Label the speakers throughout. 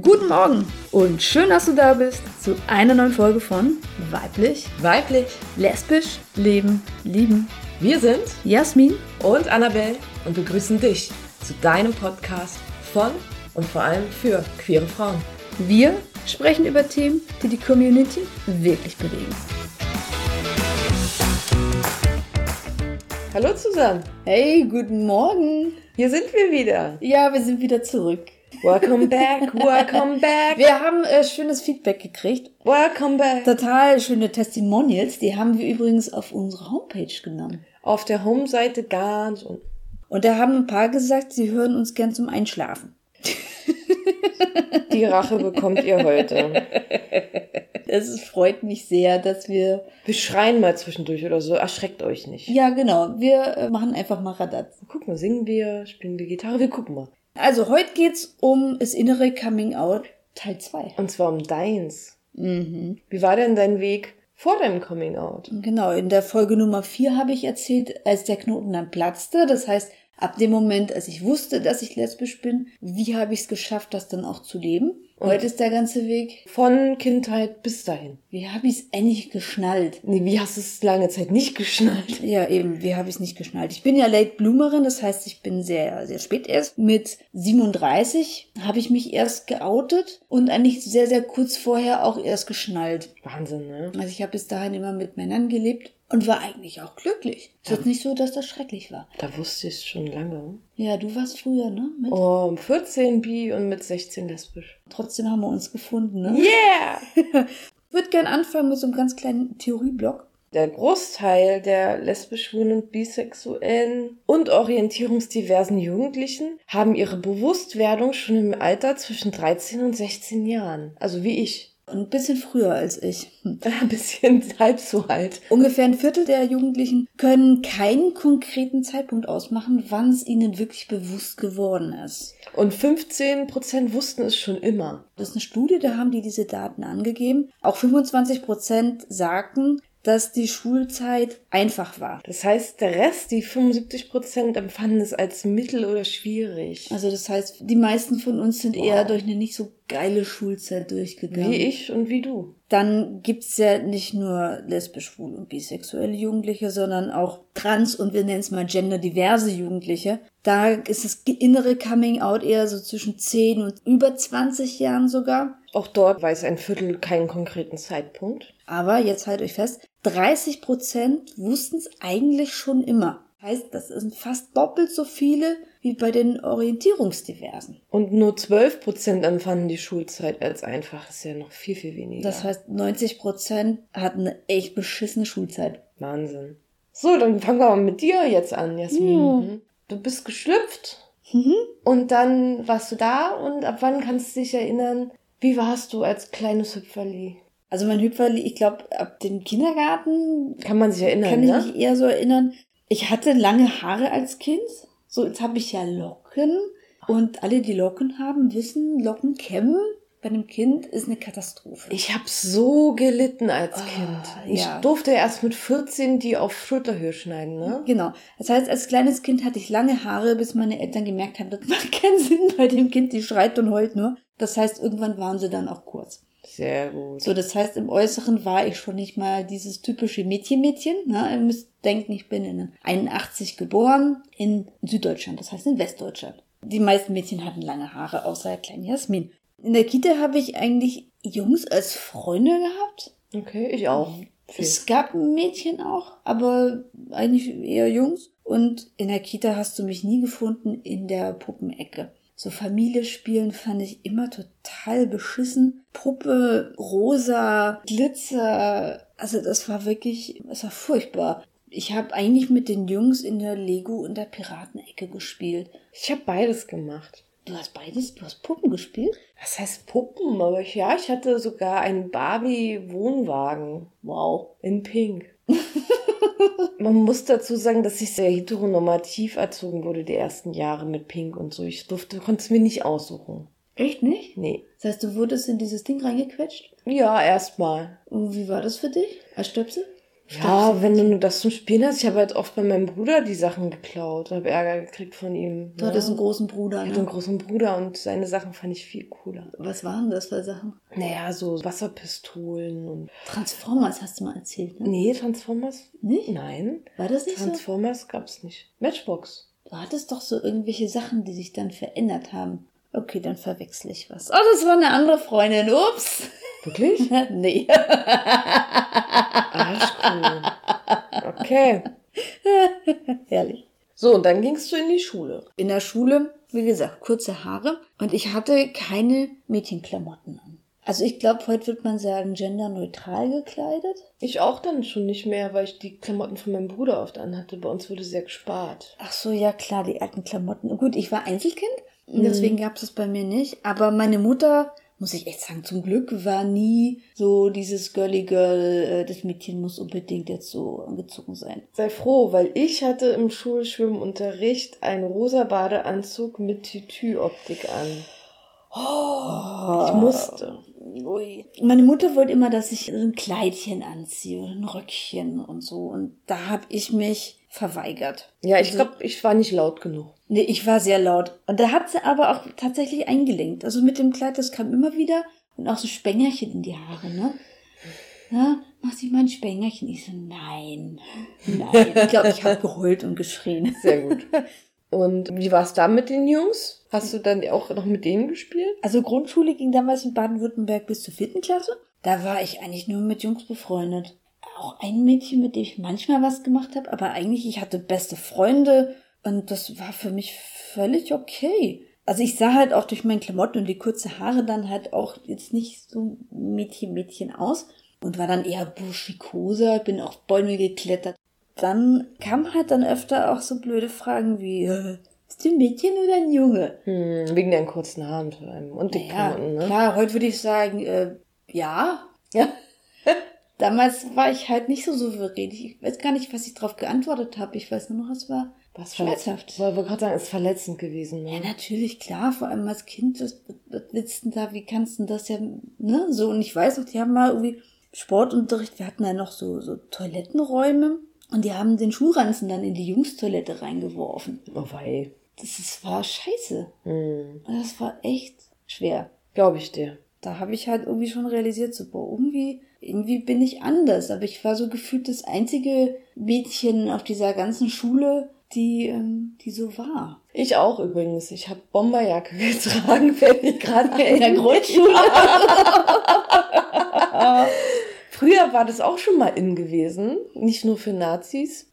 Speaker 1: Guten Morgen und schön, dass du da bist zu einer neuen Folge von Weiblich,
Speaker 2: Weiblich.
Speaker 1: Lesbisch, Leben, Lieben.
Speaker 2: Wir sind
Speaker 1: Jasmin,
Speaker 2: und Annabelle und begrüßen dich zu deinem Podcast von und vor allem für queere Frauen.
Speaker 1: wir sprechen über Themen, die die Community wirklich bewegen.
Speaker 2: Hallo zusammen,
Speaker 1: Hey, guten Morgen.
Speaker 2: hier sind wir wieder.
Speaker 1: Ja, wir sind wieder zurück.
Speaker 2: Welcome back, welcome back,
Speaker 1: Wir haben äh, schönes Feedback gekriegt.
Speaker 2: welcome back.
Speaker 1: Total schöne Testimonials, die haben wir übrigens auf unsere Homepage genommen.
Speaker 2: Auf der Home-Seite ganz unten.
Speaker 1: Und da haben ein paar gesagt, sie hören uns gern zum Einschlafen.
Speaker 2: Die Rache bekommt ihr heute.
Speaker 1: Es freut mich sehr, dass wir.
Speaker 2: Wir schreien mal zwischendurch oder so, erschreckt euch nicht.
Speaker 1: Ja, genau. Wir äh, machen einfach mal Radatz.
Speaker 2: Guck mal, singen wir, spielen wir Gitarre, wir gucken mal.
Speaker 1: Also heute geht's um das innere Coming Out Teil 2.
Speaker 2: Und zwar um deins.
Speaker 1: Mhm.
Speaker 2: Wie war denn dein Weg vor deinem Coming Out?
Speaker 1: Genau, in der Folge Nummer 4 habe ich erzählt, als der Knoten dann platzte. Das heißt, ab dem Moment, als ich wusste, dass ich lesbisch bin, wie habe ich es geschafft, das dann auch zu leben?
Speaker 2: Und-
Speaker 1: heute ist der ganze Weg,
Speaker 2: Von Kindheit bis dahin.
Speaker 1: wie habe ich es endlich geschnallt?
Speaker 2: Nee, wie hast du es lange Zeit nicht geschnallt?
Speaker 1: Ja, eben, wie habe ich es nicht geschnallt? Ich bin ja Late Bloomerin, das heißt, ich bin sehr, sehr spät erst. Mit 37 habe ich mich erst geoutet und eigentlich sehr, sehr kurz vorher auch erst geschnallt.
Speaker 2: Wahnsinn, ne?
Speaker 1: Also ich habe bis dahin immer mit Männern gelebt und war eigentlich auch glücklich. Es ist jetzt nicht so, dass das schrecklich war.
Speaker 2: Da wusste ich es schon lange.
Speaker 1: Ja, du warst früher, ne? Mit.
Speaker 2: Oh, um 14 bi und mit 16 lesbisch.
Speaker 1: Trotzdem haben wir uns gefunden, ne?
Speaker 2: Yeah!
Speaker 1: Ich würde gerne anfangen mit so einem ganz kleinen Theorieblock.
Speaker 2: Der Großteil der lesbisch, schwulen und bisexuellen und orientierungsdiversen Jugendlichen haben ihre Bewusstwerdung schon im Alter zwischen 13 und 16 Jahren. Also wie ich.
Speaker 1: Und ein bisschen früher als ich. Hm.
Speaker 2: Ein bisschen halb so alt.
Speaker 1: Ungefähr ein Viertel der Jugendlichen können keinen konkreten Zeitpunkt ausmachen, wann es ihnen wirklich bewusst geworden ist.
Speaker 2: Und 15% wussten es schon immer.
Speaker 1: Das ist eine Studie, da haben die diese Daten angegeben. Auch 25 Prozent sagten, dass die Schulzeit einfach war.
Speaker 2: Das heißt, der Rest, die 75%, empfanden es als mittel oder schwierig.
Speaker 1: Also das heißt, die meisten von uns sind
Speaker 2: Wow.
Speaker 1: eher durch eine nicht so geile Schulzeit durchgegangen.
Speaker 2: Wie ich und wie du.
Speaker 1: Dann gibt's ja nicht nur lesbisch, schwul und bisexuelle Jugendliche, sondern auch trans und wir nennen es mal genderdiverse Jugendliche. Da ist das innere Coming-out eher so zwischen 10 und über 20 Jahren sogar.
Speaker 2: Auch dort weiß ein Viertel keinen konkreten Zeitpunkt.
Speaker 1: Aber jetzt halt euch fest, 30 Prozent wussten es eigentlich schon immer. Heißt, das sind fast doppelt so viele wie bei den Orientierungsdiversen.
Speaker 2: Und nur 12% empfanden die Schulzeit als einfach. Ist ja noch viel, viel weniger.
Speaker 1: Das heißt, 90 Prozent hatten eine echt beschissene Schulzeit.
Speaker 2: Wahnsinn. So, dann fangen wir mal mit dir jetzt an, Jasmin.
Speaker 1: Ja.
Speaker 2: Mhm. Du bist geschlüpft
Speaker 1: Mhm.
Speaker 2: und dann warst du da und ab wann kannst du dich erinnern, wie warst du als kleines Hüpferli?
Speaker 1: Also mein Hüpferli, ich glaube, ab dem Kindergarten
Speaker 2: Kann man sich erinnern,
Speaker 1: kann ich
Speaker 2: ne?
Speaker 1: mich eher so erinnern. Ich hatte lange Haare als Kind. So, jetzt habe ich ja Locken. Und alle, die Locken haben, wissen, Locken kämmen bei einem Kind ist eine Katastrophe.
Speaker 2: Ich habe so gelitten als
Speaker 1: Ah,
Speaker 2: Kind. Ich
Speaker 1: ja.
Speaker 2: durfte ja erst mit 14 die auf Schulterhöhe schneiden, ne?
Speaker 1: Genau. Das heißt, als kleines Kind hatte ich lange Haare, bis meine Eltern gemerkt haben, das macht keinen Sinn bei dem Kind, die schreit und heult nur. Das heißt, irgendwann waren sie dann auch kurz.
Speaker 2: Sehr gut.
Speaker 1: So, das heißt, im Äußeren war ich schon nicht mal dieses typische Mädchen-Mädchen. Ne? Ihr müsst denken, ich bin in 81 geboren, in Süddeutschland, das heißt in Westdeutschland. Die meisten Mädchen hatten lange Haare, außer der kleinen Jasmin. In der Kita habe ich eigentlich Jungs als Freunde gehabt.
Speaker 2: Okay, Mhm. ich auch. Viel.
Speaker 1: Es gab ein Mädchen auch, aber eigentlich eher Jungs. Und in der Kita hast du mich nie gefunden in der Puppenecke. So Familie spielen fand ich immer total beschissen. Puppe, rosa, Glitzer. Also das war wirklich, das war furchtbar. Ich habe eigentlich mit den Jungs in der Lego und der Piratenecke gespielt.
Speaker 2: Ich habe beides gemacht.
Speaker 1: Du hast beides, du hast Puppen gespielt?
Speaker 2: Was heißt Puppen? Aber ich, ja, ich hatte sogar einen Barbie-Wohnwagen.
Speaker 1: Wow.
Speaker 2: In Pink. Man muss dazu sagen, dass ich sehr heteronormativ erzogen wurde die ersten Jahre mit Pink und so. Ich durfte, konnte es mir nicht aussuchen.
Speaker 1: Echt nicht?
Speaker 2: Nee.
Speaker 1: Das heißt, du wurdest in dieses Ding reingequetscht?
Speaker 2: Ja, erstmal.
Speaker 1: Und wie war das für dich? Als Stöpsel?
Speaker 2: Ja, wenn du nur das zum Spielen hast. Ich habe halt oft bei meinem Bruder die Sachen geklaut und habe Ärger gekriegt von ihm.
Speaker 1: Du hattest einen großen Bruder,
Speaker 2: Ich hatte einen
Speaker 1: ne?
Speaker 2: großen Bruder und seine Sachen fand ich viel cooler.
Speaker 1: Was waren das für Sachen?
Speaker 2: Naja, so Wasserpistolen und.
Speaker 1: Transformers hast du mal erzählt, ne?
Speaker 2: Nee, Transformers?
Speaker 1: Nicht?
Speaker 2: Nein.
Speaker 1: War das nicht so?
Speaker 2: Transformers gab's nicht. Matchbox.
Speaker 1: Du hattest doch so irgendwelche Sachen, die sich dann verändert haben. Okay, dann verwechsel ich was. Oh, das war eine andere Freundin. Ups.
Speaker 2: Wirklich?
Speaker 1: nee.
Speaker 2: Arschcool. Okay.
Speaker 1: Herrlich.
Speaker 2: So, und dann gingst du in die Schule.
Speaker 1: In der Schule, wie gesagt, kurze Haare. Und ich hatte keine Mädchenklamotten an. Also ich glaube, heute wird man sagen, genderneutral gekleidet.
Speaker 2: Ich auch dann schon nicht mehr, weil ich die Klamotten von meinem Bruder oft anhatte. Bei uns wurde sehr gespart.
Speaker 1: Ach so, ja klar, die alten Klamotten. Gut, ich war Einzelkind, deswegen gab es das bei mir nicht. Aber meine Mutter, muss ich echt sagen, zum Glück war nie so dieses girly girl, äh, das Mädchen muss unbedingt jetzt so angezogen sein.
Speaker 2: Sei froh, weil ich hatte im Schulschwimmunterricht einen rosa Badeanzug mit Tütü-Optik an.
Speaker 1: Oh,
Speaker 2: Ich musste.
Speaker 1: Ui. Meine Mutter wollte immer, dass ich so ein Kleidchen anziehe, oder ein Röckchen und so. Und da habe ich mich verweigert.
Speaker 2: Ja, ich glaube, ich war nicht laut genug.
Speaker 1: Nee, ich war sehr laut. Und da hat sie aber auch tatsächlich eingelenkt. Also mit dem Kleid, das kam immer wieder. Und auch so Spängerchen in die Haare, ne? Ja, mach sie mal ein Spängerchen. Ich so, nein, nein. Ich glaube, ich habe geheult und geschrien.
Speaker 2: Sehr gut. Und wie war es da mit den Jungs? Hast du dann auch noch mit denen gespielt?
Speaker 1: Also Grundschule ging damals in Baden-Württemberg bis zur vierten Klasse. Da war ich eigentlich nur mit Jungs befreundet. Auch ein Mädchen, mit dem ich manchmal was gemacht habe, aber eigentlich ich hatte beste Freunde und das war für mich völlig okay. Also ich sah halt auch durch meine Klamotten und die kurze Haare dann halt auch jetzt nicht so Mädchen, Mädchen aus und war dann eher buschikoser, bin auf Bäume geklettert. Dann kamen halt dann öfter auch so blöde Fragen wie, äh, bist du ein Mädchen oder ein Junge?
Speaker 2: Hm, wegen deinen kurzen Haaren vor allem. Und dicken
Speaker 1: Ja,
Speaker 2: Klamotten, ne?
Speaker 1: klar, heute würde ich sagen, äh, ja.
Speaker 2: Ja.
Speaker 1: Damals war ich halt nicht so souverän. Ich weiß gar nicht, was ich darauf geantwortet habe. Ich weiß nur noch, es war
Speaker 2: Was
Speaker 1: schmerzhaft.
Speaker 2: Ich wollte gerade sagen, ist verletzend gewesen.
Speaker 1: Ja,
Speaker 2: Ne?
Speaker 1: natürlich, klar, vor allem als Kind, was, was willst du denn da, wie kannst du denn das ja, ne, so, und ich weiß noch, die haben mal irgendwie Sportunterricht, wir hatten ja noch so, so Toilettenräume und die haben den Schuhranzen dann in die Jungstoilette reingeworfen.
Speaker 2: Oh wei.
Speaker 1: Das ist, war scheiße.
Speaker 2: Hm.
Speaker 1: Das war echt schwer.
Speaker 2: Glaube ich dir.
Speaker 1: da habe ich halt irgendwie schon realisiert, so, boah, irgendwie, irgendwie bin ich anders. Aber ich war so gefühlt das einzige Mädchen auf dieser ganzen Schule, die, ähm, die so war.
Speaker 2: Ich auch übrigens. Ich habe Bomberjacke getragen, fällt mir gerade
Speaker 1: In der
Speaker 2: ein.
Speaker 1: Grundschule. Ah,
Speaker 2: Früher war das auch schon mal in gewesen, nicht nur für Nazis.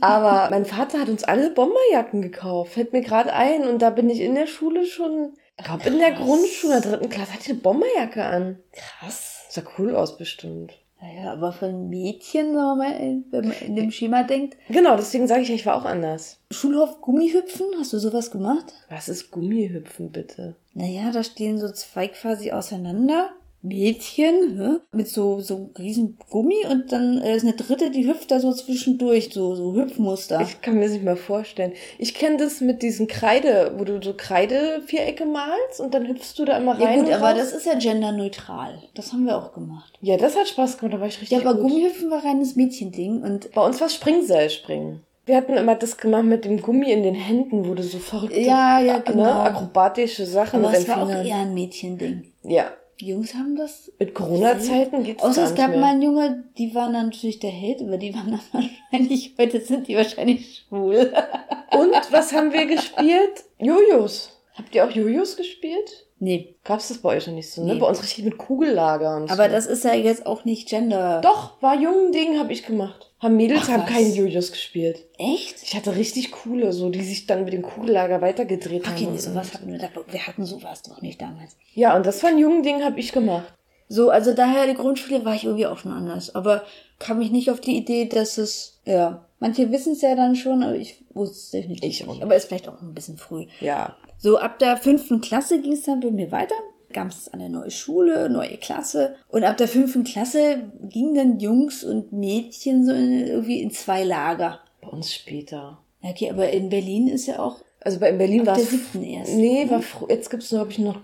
Speaker 2: Aber mein Vater hat uns alle Bomberjacken gekauft, fällt mir gerade ein. Und da bin ich in der Schule schon, ich glaube in der
Speaker 1: Krass.
Speaker 2: Grundschule, in der dritten Klasse, hatte ich eine Bomberjacke an.
Speaker 1: Krass.
Speaker 2: Sah cool aus bestimmt.
Speaker 1: Naja, aber von Mädchen, sagen wir mal, wenn man in dem Schema denkt.
Speaker 2: Genau, deswegen sage ich ja, ich war auch anders.
Speaker 1: Schulhof Gummihüpfen, hast du sowas gemacht?
Speaker 2: Was ist Gummihüpfen bitte?
Speaker 1: Naja, da stehen so zwei quasi auseinander. Mädchen, hä? mit so, so riesen Gummi und dann äh, ist eine dritte, die hüpft da so zwischendurch, so, so Hüpfmuster.
Speaker 2: Ich kann mir das nicht mal vorstellen. Ich kenne das mit diesen Kreide, wo du so Kreide-Vierecke malst und dann hüpfst du da immer rein.
Speaker 1: Ja gut,
Speaker 2: und
Speaker 1: aber
Speaker 2: raus.
Speaker 1: das ist ja genderneutral. Das haben wir auch gemacht.
Speaker 2: Ja, das hat Spaß gemacht, da war ich richtig.
Speaker 1: Ja, aber
Speaker 2: gut.
Speaker 1: Gummihüpfen war reines Mädchending und
Speaker 2: Bei uns war es Springseilspringen. Wir hatten immer das gemacht mit dem Gummi in den Händen, wo du so verrückte,
Speaker 1: Ja, ja, genau.
Speaker 2: ne, akrobatische Sachen
Speaker 1: aber
Speaker 2: mit
Speaker 1: es
Speaker 2: deinen
Speaker 1: war auch
Speaker 2: Fingern.
Speaker 1: eher ein Mädchending.
Speaker 2: ja,
Speaker 1: Die Jungs haben das.
Speaker 2: mit Corona-Zeiten geht's
Speaker 1: Außer
Speaker 2: gar
Speaker 1: es
Speaker 2: nicht
Speaker 1: gab
Speaker 2: mehr.
Speaker 1: mal einen Junge, die waren dann natürlich der Held, aber die waren dann wahrscheinlich, heute sind die wahrscheinlich schwul.
Speaker 2: Und was haben wir gespielt? Jojos. Habt ihr auch Jojos gespielt?
Speaker 1: Nee,
Speaker 2: Gab's das bei euch noch nicht so, ne?
Speaker 1: Nee.
Speaker 2: Bei uns richtig mit Kugellager und
Speaker 1: aber
Speaker 2: so.
Speaker 1: das ist ja jetzt auch nicht gender.
Speaker 2: Doch, war jungen Ding, hab ich gemacht. Haben Mädels
Speaker 1: Ach,
Speaker 2: haben
Speaker 1: was?
Speaker 2: keine Jojos gespielt.
Speaker 1: Echt?
Speaker 2: Ich hatte richtig coole, so die sich dann mit dem Kugellager weitergedreht
Speaker 1: Okay,
Speaker 2: haben.
Speaker 1: nee, sowas hatten wir, da- wir hatten sowas doch nicht damals.
Speaker 2: Ja, und das war ein jungen Ding, hab ich gemacht.
Speaker 1: So, also daher die Grundschule war ich irgendwie auch schon anders. Aber kam ich nicht auf die Idee, dass es, ja, manche wissen es ja dann schon, aber ich wusste es definitiv
Speaker 2: Ich auch
Speaker 1: nicht.
Speaker 2: nicht.
Speaker 1: Aber ist vielleicht auch ein bisschen früh.
Speaker 2: Ja.
Speaker 1: So, ab der fünften Klasse ging es dann bei mir weiter. Gab es eine neue Schule, neue Klasse. Und ab der fünften Klasse gingen dann Jungs und Mädchen so in, irgendwie in zwei Lager.
Speaker 2: Bei uns später.
Speaker 1: Okay, aber in Berlin ist ja auch
Speaker 2: Also bei in Berlin war
Speaker 1: Ab der
Speaker 2: es.
Speaker 1: siebten Mhm. erst.
Speaker 2: Nee, war fr- jetzt gibt es nur, glaube ich, noch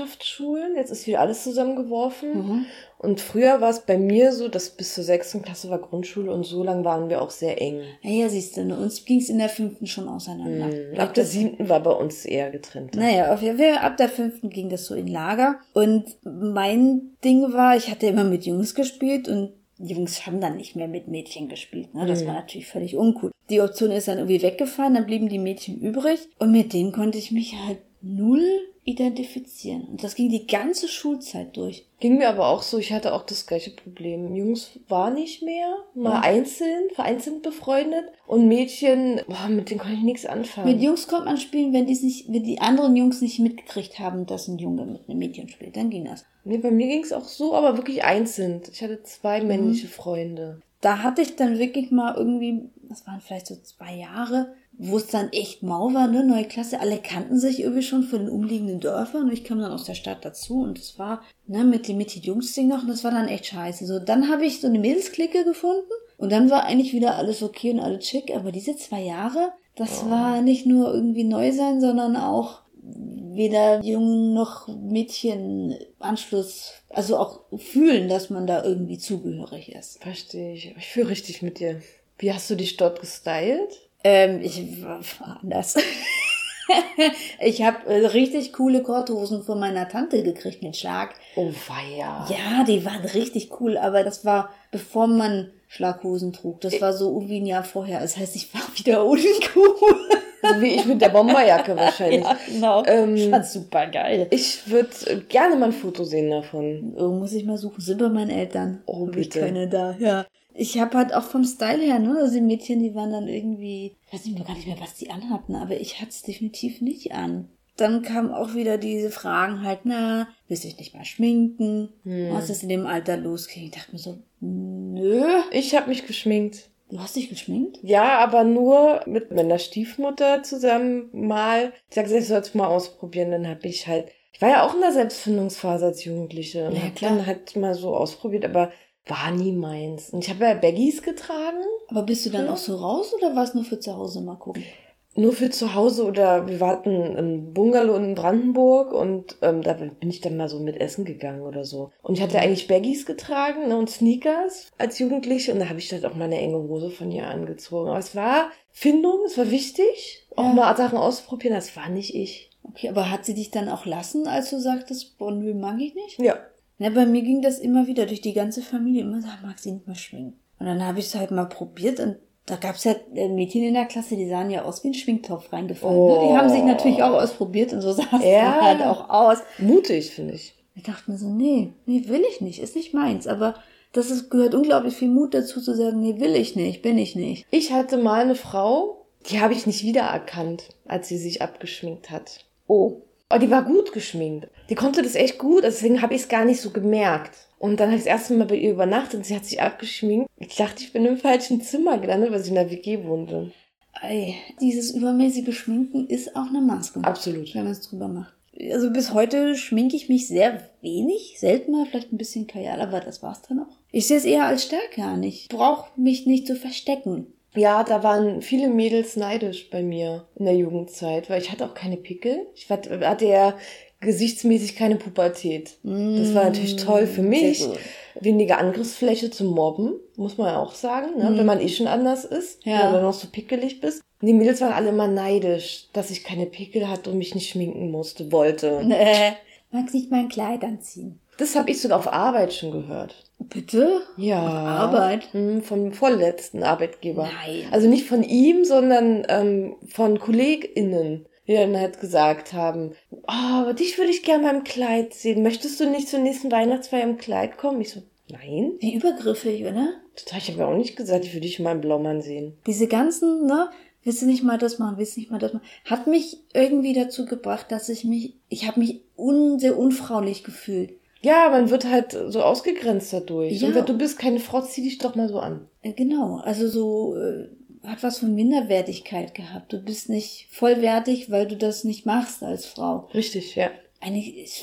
Speaker 2: Gemeinschaftsschulen. Jetzt ist wieder alles zusammengeworfen.
Speaker 1: Mhm.
Speaker 2: Und früher war es bei mir so, dass bis zur sechsten Klasse war Grundschule und so lang waren wir auch sehr eng.
Speaker 1: Naja, siehst du, ne, uns ging es in der fünften schon auseinander.
Speaker 2: Mhm. Ab der siebten war bei uns eher getrennt.
Speaker 1: Naja, auf jeden Fall, ab der fünften ging das so in Lager. Und mein Ding war, ich hatte immer mit Jungs gespielt und Jungs haben dann nicht mehr mit Mädchen gespielt. Ne? Das
Speaker 2: Mhm.
Speaker 1: war natürlich völlig uncool. Die Option ist dann irgendwie weggefallen, dann blieben die Mädchen übrig und mit denen konnte ich mich halt null identifizieren. Und das ging die ganze Schulzeit durch.
Speaker 2: Ging mir aber auch so, ich hatte auch das gleiche Problem. Jungs war nicht mehr, mal
Speaker 1: Ja.
Speaker 2: einzeln, vereinzelt befreundet. Und Mädchen, boah, mit denen konnte ich nichts anfangen.
Speaker 1: Mit Jungs konnte man spielen, wenn, die's nicht, wenn die anderen Jungs nicht mitgekriegt haben, dass ein Junge mit einem Mädchen spielt. Dann ging das.
Speaker 2: Nee, bei mir ging es auch so, aber wirklich einzeln. Ich hatte zwei
Speaker 1: Mhm.
Speaker 2: männliche Freunde.
Speaker 1: da hatte ich dann wirklich mal irgendwie, das waren vielleicht so zwei Jahre, wo es dann echt mau war, ne, neue Klasse, alle kannten sich irgendwie schon von den umliegenden Dörfern und ich kam dann aus der Stadt dazu und es war, ne, mit den, mit den Jungs Ding noch und das war dann echt scheiße. So, dann habe ich so eine Mädelsklicke gefunden und dann war eigentlich wieder alles okay und alles schick, aber diese zwei Jahre, das war nicht nur irgendwie neu sein, sondern auch weder Jungen noch Mädchen Anschluss, also auch fühlen, dass man da irgendwie zugehörig ist.
Speaker 2: Verstehe ich. Ich fühle richtig mit dir. Wie hast du dich dort gestylt?
Speaker 1: Ähm, ich war war anders. ich habe äh, richtig coole Korthosen von meiner Tante gekriegt mit Schlag.
Speaker 2: Oh, weia.
Speaker 1: Ja, die waren richtig cool, aber das war bevor man Schlaghosen trug. Das war so irgendwie ein Jahr vorher. Das heißt, ich war wieder uncool.
Speaker 2: So wie ich mit der Bomberjacke wahrscheinlich.
Speaker 1: genau.
Speaker 2: Ähm,
Speaker 1: das war super geil.
Speaker 2: Ich würde gerne mal ein Foto sehen davon.
Speaker 1: Äh, Muss ich mal suchen. Sind bei meinen Eltern.
Speaker 2: Oh,
Speaker 1: Hab ich
Speaker 2: bitte.
Speaker 1: keine da, ja. Ich habe halt auch vom Style her, ne? Also die Mädchen, die waren dann irgendwie, ich weiß nicht mehr gar nicht mehr, was die anhatten, aber ich hatte es definitiv nicht an. Dann kamen auch wieder diese Fragen halt, na, willst du dich nicht mal schminken?
Speaker 2: Hm.
Speaker 1: Was ist in dem Alter losging? Ich dachte mir so, nö,
Speaker 2: Ich habe mich geschminkt.
Speaker 1: du hast dich geschminkt?
Speaker 2: Ja, aber nur mit meiner Stiefmutter zusammen mal. Ich habe gesagt, ich soll es mal ausprobieren. Dann habe ich halt, ich war ja auch in der Selbstfindungsphase als Jugendliche. Und
Speaker 1: Ja,
Speaker 2: hab
Speaker 1: klar.
Speaker 2: dann halt mal so ausprobiert, aber war nie meins. Und ich habe ja Baggies getragen.
Speaker 1: Aber bist du dann
Speaker 2: Ja.
Speaker 1: auch so raus oder war es nur für zu Hause mal gucken?
Speaker 2: Nur für zu Hause oder wir warten im Bungalow in Brandenburg und ähm, da bin ich dann mal so mit Essen gegangen oder so. Und ich hatte eigentlich Baggies getragen ne, und Sneakers als Jugendliche und da habe ich dann auch mal eine enge Hose von ihr angezogen. Aber es war Findung, es war wichtig, auch
Speaker 1: Ja.
Speaker 2: mal Sachen auszuprobieren, das war nicht ich.
Speaker 1: Okay, aber hat sie dich dann auch lassen, als du sagtest, boah, nö, mag ich nicht?
Speaker 2: Ja.
Speaker 1: Na, bei mir ging das immer wieder durch die ganze Familie. Immer sagt, mag sie nicht mehr schminken. Und dann habe ich es halt mal probiert und da gab es ja äh, Mädchen in der Klasse, die sahen ja aus wie ein Schminktopf reingefallen. Ne? Die haben sich natürlich auch ausprobiert und so sah es
Speaker 2: Ja.
Speaker 1: dann halt auch aus.
Speaker 2: Mutig, finde ich.
Speaker 1: Ich dachte mir so, nee, nee, will ich nicht, ist nicht meins. Aber das ist, gehört unglaublich viel Mut dazu zu sagen, nee, will ich nicht, bin ich nicht.
Speaker 2: Ich hatte mal eine Frau, die habe ich nicht wiedererkannt, als sie sich abgeschminkt hat.
Speaker 1: Oh.
Speaker 2: Aber die war gut geschminkt. Die konnte das echt gut, also deswegen habe ich es gar nicht so gemerkt. Und dann habe ich das erste Mal bei ihr übernachtet und sie hat sich abgeschminkt. Ich dachte, ich bin im falschen Zimmer gelandet, weil sie in der WG wohnte.
Speaker 1: Ei, dieses übermäßige Schminken ist auch eine Maßgabe.
Speaker 2: Absolut.
Speaker 1: wenn man es drüber macht. Also bis heute schminke ich mich sehr wenig, selten mal vielleicht ein bisschen Kajal, aber das war's dann auch. Ich sehe es eher als Stärke an. Ich brauche mich nicht zu verstecken.
Speaker 2: Ja, da waren viele Mädels neidisch bei mir in der Jugendzeit, weil ich hatte auch keine Pickel. Ich war- hatte ja gesichtsmäßig keine Pubertät. Das war natürlich toll für mich.
Speaker 1: Mm, Sehr gut.
Speaker 2: Weniger Angriffsfläche zum Mobben, muss man ja auch sagen, ne?
Speaker 1: Mhm.
Speaker 2: wenn man eh schon anders ist,
Speaker 1: Ja.
Speaker 2: wenn du noch so pickelig bist. Und die Mädels waren alle immer neidisch, dass ich keine Pickel hatte und mich nicht schminken musste, wollte.
Speaker 1: Nee. Magst nicht mein Kleid anziehen? Oh,
Speaker 2: Das habe ich sogar auf Arbeit schon gehört.
Speaker 1: Bitte?
Speaker 2: Ja.
Speaker 1: Arbeit?
Speaker 2: Hm, vom vorletzten Arbeitgeber.
Speaker 1: Nein.
Speaker 2: Also nicht von ihm, sondern ähm, von KollegInnen, die dann halt gesagt haben, oh, aber dich würde ich gerne mal im Kleid sehen. Möchtest du nicht zur nächsten Weihnachtsfeier im Kleid kommen? Ich so, nein.
Speaker 1: Wie übergriffig, oder?
Speaker 2: Total, ich habe ja auch nicht gesagt, ich würde dich mal im Blaumann sehen.
Speaker 1: Diese ganzen, ne? Willst du nicht mal das machen, willst du nicht mal das machen? Hat mich irgendwie dazu gebracht, dass ich mich, ich habe mich un, sehr unfraulich gefühlt.
Speaker 2: Ja, man wird halt so ausgegrenzt dadurch.
Speaker 1: Ja.
Speaker 2: Und wenn du bist keine Frau, zieh dich doch mal so an.
Speaker 1: Äh, Genau, also so äh, hat was von Minderwertigkeit gehabt. Du bist nicht vollwertig, weil du das nicht machst als Frau.
Speaker 2: Richtig, ja.
Speaker 1: Eigentlich ist,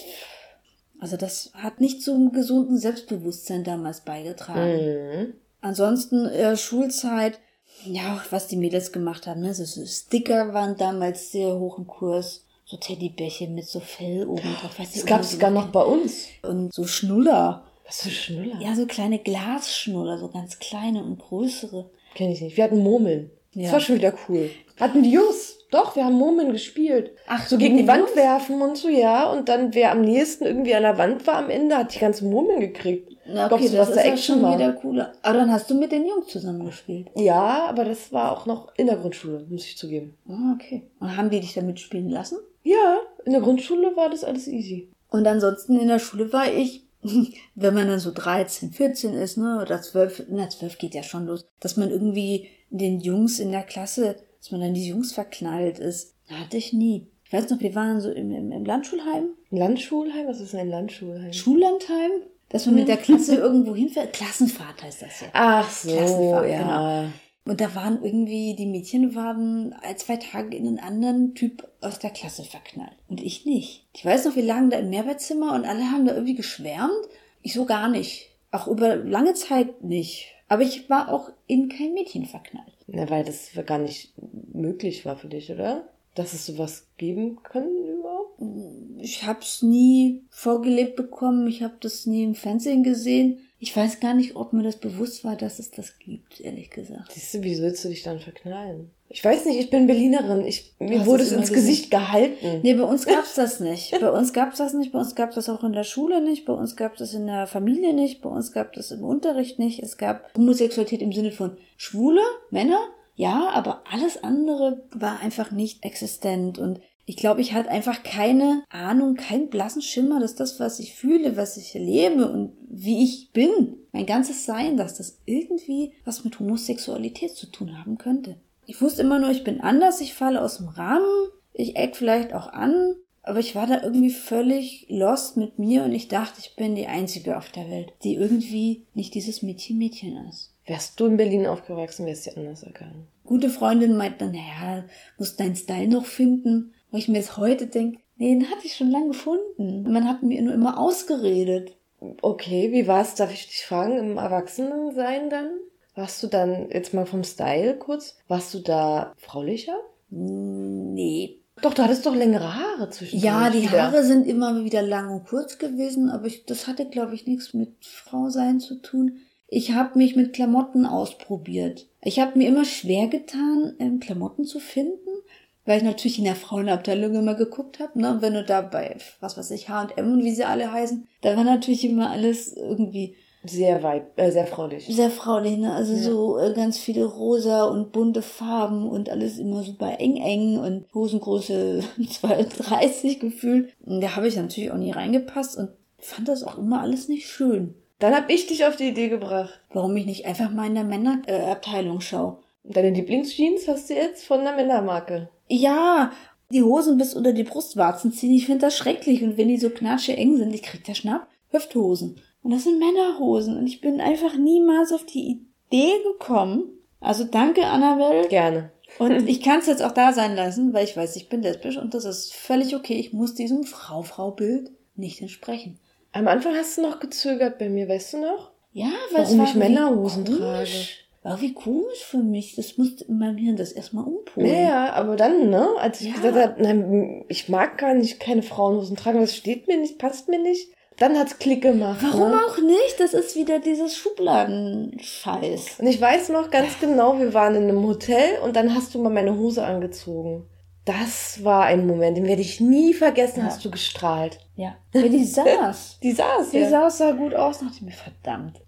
Speaker 1: also das hat nicht zum gesunden Selbstbewusstsein damals beigetragen.
Speaker 2: Mhm.
Speaker 1: Ansonsten äh, Schulzeit, ja, auch was die Mädels gemacht haben, ne? So, so Sticker waren damals sehr hoch im Kurs. So Teddybärchen mit so Fell oben drauf. Weißt du,
Speaker 2: Das gab
Speaker 1: immer
Speaker 2: es
Speaker 1: so-
Speaker 2: sogar noch bei uns.
Speaker 1: Und so Schnuller.
Speaker 2: Was für Schnuller?
Speaker 1: Ja, so kleine Glasschnuller, so ganz kleine und größere.
Speaker 2: Kenn ich nicht. Wir hatten Murmeln.
Speaker 1: Ja.
Speaker 2: Das war schon wieder cool. Hatten die Jungs. Doch, wir haben Murmeln gespielt.
Speaker 1: Ach,
Speaker 2: so
Speaker 1: mit
Speaker 2: gegen die
Speaker 1: den
Speaker 2: Wand
Speaker 1: Jungs?
Speaker 2: werfen und so, ja. Und dann, wer am nächsten irgendwie an der Wand war am Ende, hat die ganzen Murmeln gekriegt.
Speaker 1: Na,
Speaker 2: Glaubst du, was da
Speaker 1: ja
Speaker 2: Action
Speaker 1: schon
Speaker 2: war?
Speaker 1: wieder cooler. Aber dann hast du mit den Jungs zusammengespielt.
Speaker 2: Ja, aber das war auch noch in der Grundschule, muss ich zugeben.
Speaker 1: Ah, okay. Und haben die dich damit spielen lassen?
Speaker 2: Ja, in der Grundschule war das alles easy.
Speaker 1: Und ansonsten in der Schule war ich, wenn man dann so 13, 14 ist, ne, oder 12, na 12 geht ja schon los, dass man irgendwie den Jungs in der Klasse, dass man dann die Jungs verknallt ist. Hatte ich nie. Ich weiß noch, wir waren so im, im, im Landschulheim,
Speaker 2: Ein Landschulheim? Was ist denn ein Landschulheim?
Speaker 1: Schullandheim, dass man mit der Klasse irgendwo hinfährt. Klassenfahrt heißt das ja.
Speaker 2: Ach so,
Speaker 1: Klassenfahrt,
Speaker 2: ja.
Speaker 1: Und da waren irgendwie, die Mädchen waren ein, zwei Tage in einen anderen Typ aus der Klasse verknallt. Und ich nicht. Ich weiß noch, wir lagen da im Mehrbettzimmer und alle haben da irgendwie geschwärmt. Ich so gar nicht. Auch über lange Zeit nicht. Aber ich war auch in kein Mädchen verknallt.
Speaker 2: Na, weil das gar nicht möglich war für dich, oder? Dass es sowas geben können überhaupt?
Speaker 1: Ich hab's nie vorgelebt bekommen. Ich hab das nie im Fernsehen gesehen. Ich weiß gar nicht, ob mir das bewusst war, dass es das gibt, ehrlich gesagt.
Speaker 2: Siehst du, wie willst du dich dann verknallen? Ich weiß nicht, ich bin Berlinerin. Ich,
Speaker 1: Du
Speaker 2: mir
Speaker 1: hast
Speaker 2: wurde
Speaker 1: es
Speaker 2: es ins
Speaker 1: immer
Speaker 2: Gesicht gehalten.
Speaker 1: Nee, bei uns gab's das nicht. Bei uns gab's das nicht. Bei uns gab's das auch in der Schule nicht. Bei uns gab's das in der Familie nicht. Bei uns gab das im Unterricht nicht. Es gab Homosexualität im Sinne von Schwule, Männer, ja, aber alles andere war einfach nicht existent. Und ich glaube, ich hatte einfach keine Ahnung, keinen blassen Schimmer, dass das, was ich fühle, was ich lebe und wie ich bin, mein ganzes Sein, dass das irgendwie was mit Homosexualität zu tun haben könnte. Ich wusste immer nur, ich bin anders, ich falle aus dem Rahmen, ich eck vielleicht auch an, aber ich war da irgendwie völlig lost mit mir und ich dachte, ich bin die Einzige auf der Welt, die irgendwie nicht dieses Mädchen-Mädchen ist.
Speaker 2: Wärst du in Berlin aufgewachsen, wärst dir anders ergangen.
Speaker 1: Gute Freundin meint dann, naja, musst deinen Style noch finden, wo ich mir jetzt heute denke, nee, den hatte ich schon lange gefunden. Man hat mir nur immer ausgeredet.
Speaker 2: Okay, wie war es, darf ich dich fragen, im Erwachsenensein dann? Warst du dann, jetzt mal vom Style kurz, warst du da fraulicher?
Speaker 1: Nee.
Speaker 2: Doch, du hattest doch längere Haare zwischen
Speaker 1: Ja, die Haare sind immer wieder lang und kurz gewesen, aber ich, das hatte, glaube ich, nichts mit Frau sein zu tun. Ich habe mich mit Klamotten ausprobiert. Ich habe mir immer schwer getan, ähm, Klamotten zu finden, weil ich natürlich in der Frauenabteilung immer geguckt habe. Ne? Und wenn du da bei, was weiß ich, H&M und wie sie alle heißen, da war natürlich immer alles irgendwie
Speaker 2: Sehr weib, äh, sehr fraulich.
Speaker 1: sehr fraulich, ne? Also
Speaker 2: Ja.
Speaker 1: so äh, ganz viele rosa und bunte Farben und alles immer super eng eng und Hosengröße 32 gefühlt. Und da habe ich natürlich auch nie reingepasst und fand das auch immer alles nicht schön.
Speaker 2: Dann hab ich dich auf die Idee gebracht.
Speaker 1: Warum ich nicht einfach mal in der Männerabteilung äh, Abteilung schaue.
Speaker 2: Deine Lieblingsjeans hast du jetzt von der Männermarke.
Speaker 1: Ja, die Hosen bis unter die Brustwarzen ziehen, ich finde das schrecklich. Und wenn die so knatsche eng sind, ich krieg da Schnapp, Hüfthosen. Und das sind Männerhosen. Und ich bin einfach niemals auf die Idee gekommen. Also danke, Annabelle.
Speaker 2: Gerne.
Speaker 1: Und ich kann es jetzt auch da sein lassen, weil ich weiß, ich bin lesbisch und das ist völlig okay. Ich muss diesem Frau-Frau-Bild nicht entsprechen.
Speaker 2: Am Anfang hast du noch gezögert bei mir, weißt du noch?
Speaker 1: Ja, weil
Speaker 2: Warum ich
Speaker 1: irgendwie
Speaker 2: Männerhosen
Speaker 1: komisch, War wie komisch für mich. Das musste in meinem Hirn das erstmal
Speaker 2: trage.
Speaker 1: umpolen.
Speaker 2: Naja, aber dann, ne? Als ich
Speaker 1: Ja.
Speaker 2: gesagt habe, nein, ich mag gar nicht keine Frauenhosen tragen, das steht mir nicht, passt mir nicht. Dann hat's Klick gemacht.
Speaker 1: Warum
Speaker 2: ne?
Speaker 1: auch nicht? Das ist wieder dieses Schubladenscheiß.
Speaker 2: Und ich weiß noch ganz genau, wir waren in einem Hotel und dann hast du mal meine Hose angezogen. Das war ein Moment, den werde ich nie vergessen,
Speaker 1: Ja.
Speaker 2: hast du gestrahlt.
Speaker 1: Ja. Wenn die saß.
Speaker 2: Die saß
Speaker 1: Die
Speaker 2: ja.
Speaker 1: saß sah gut aus, dachte ich mir, verdammt.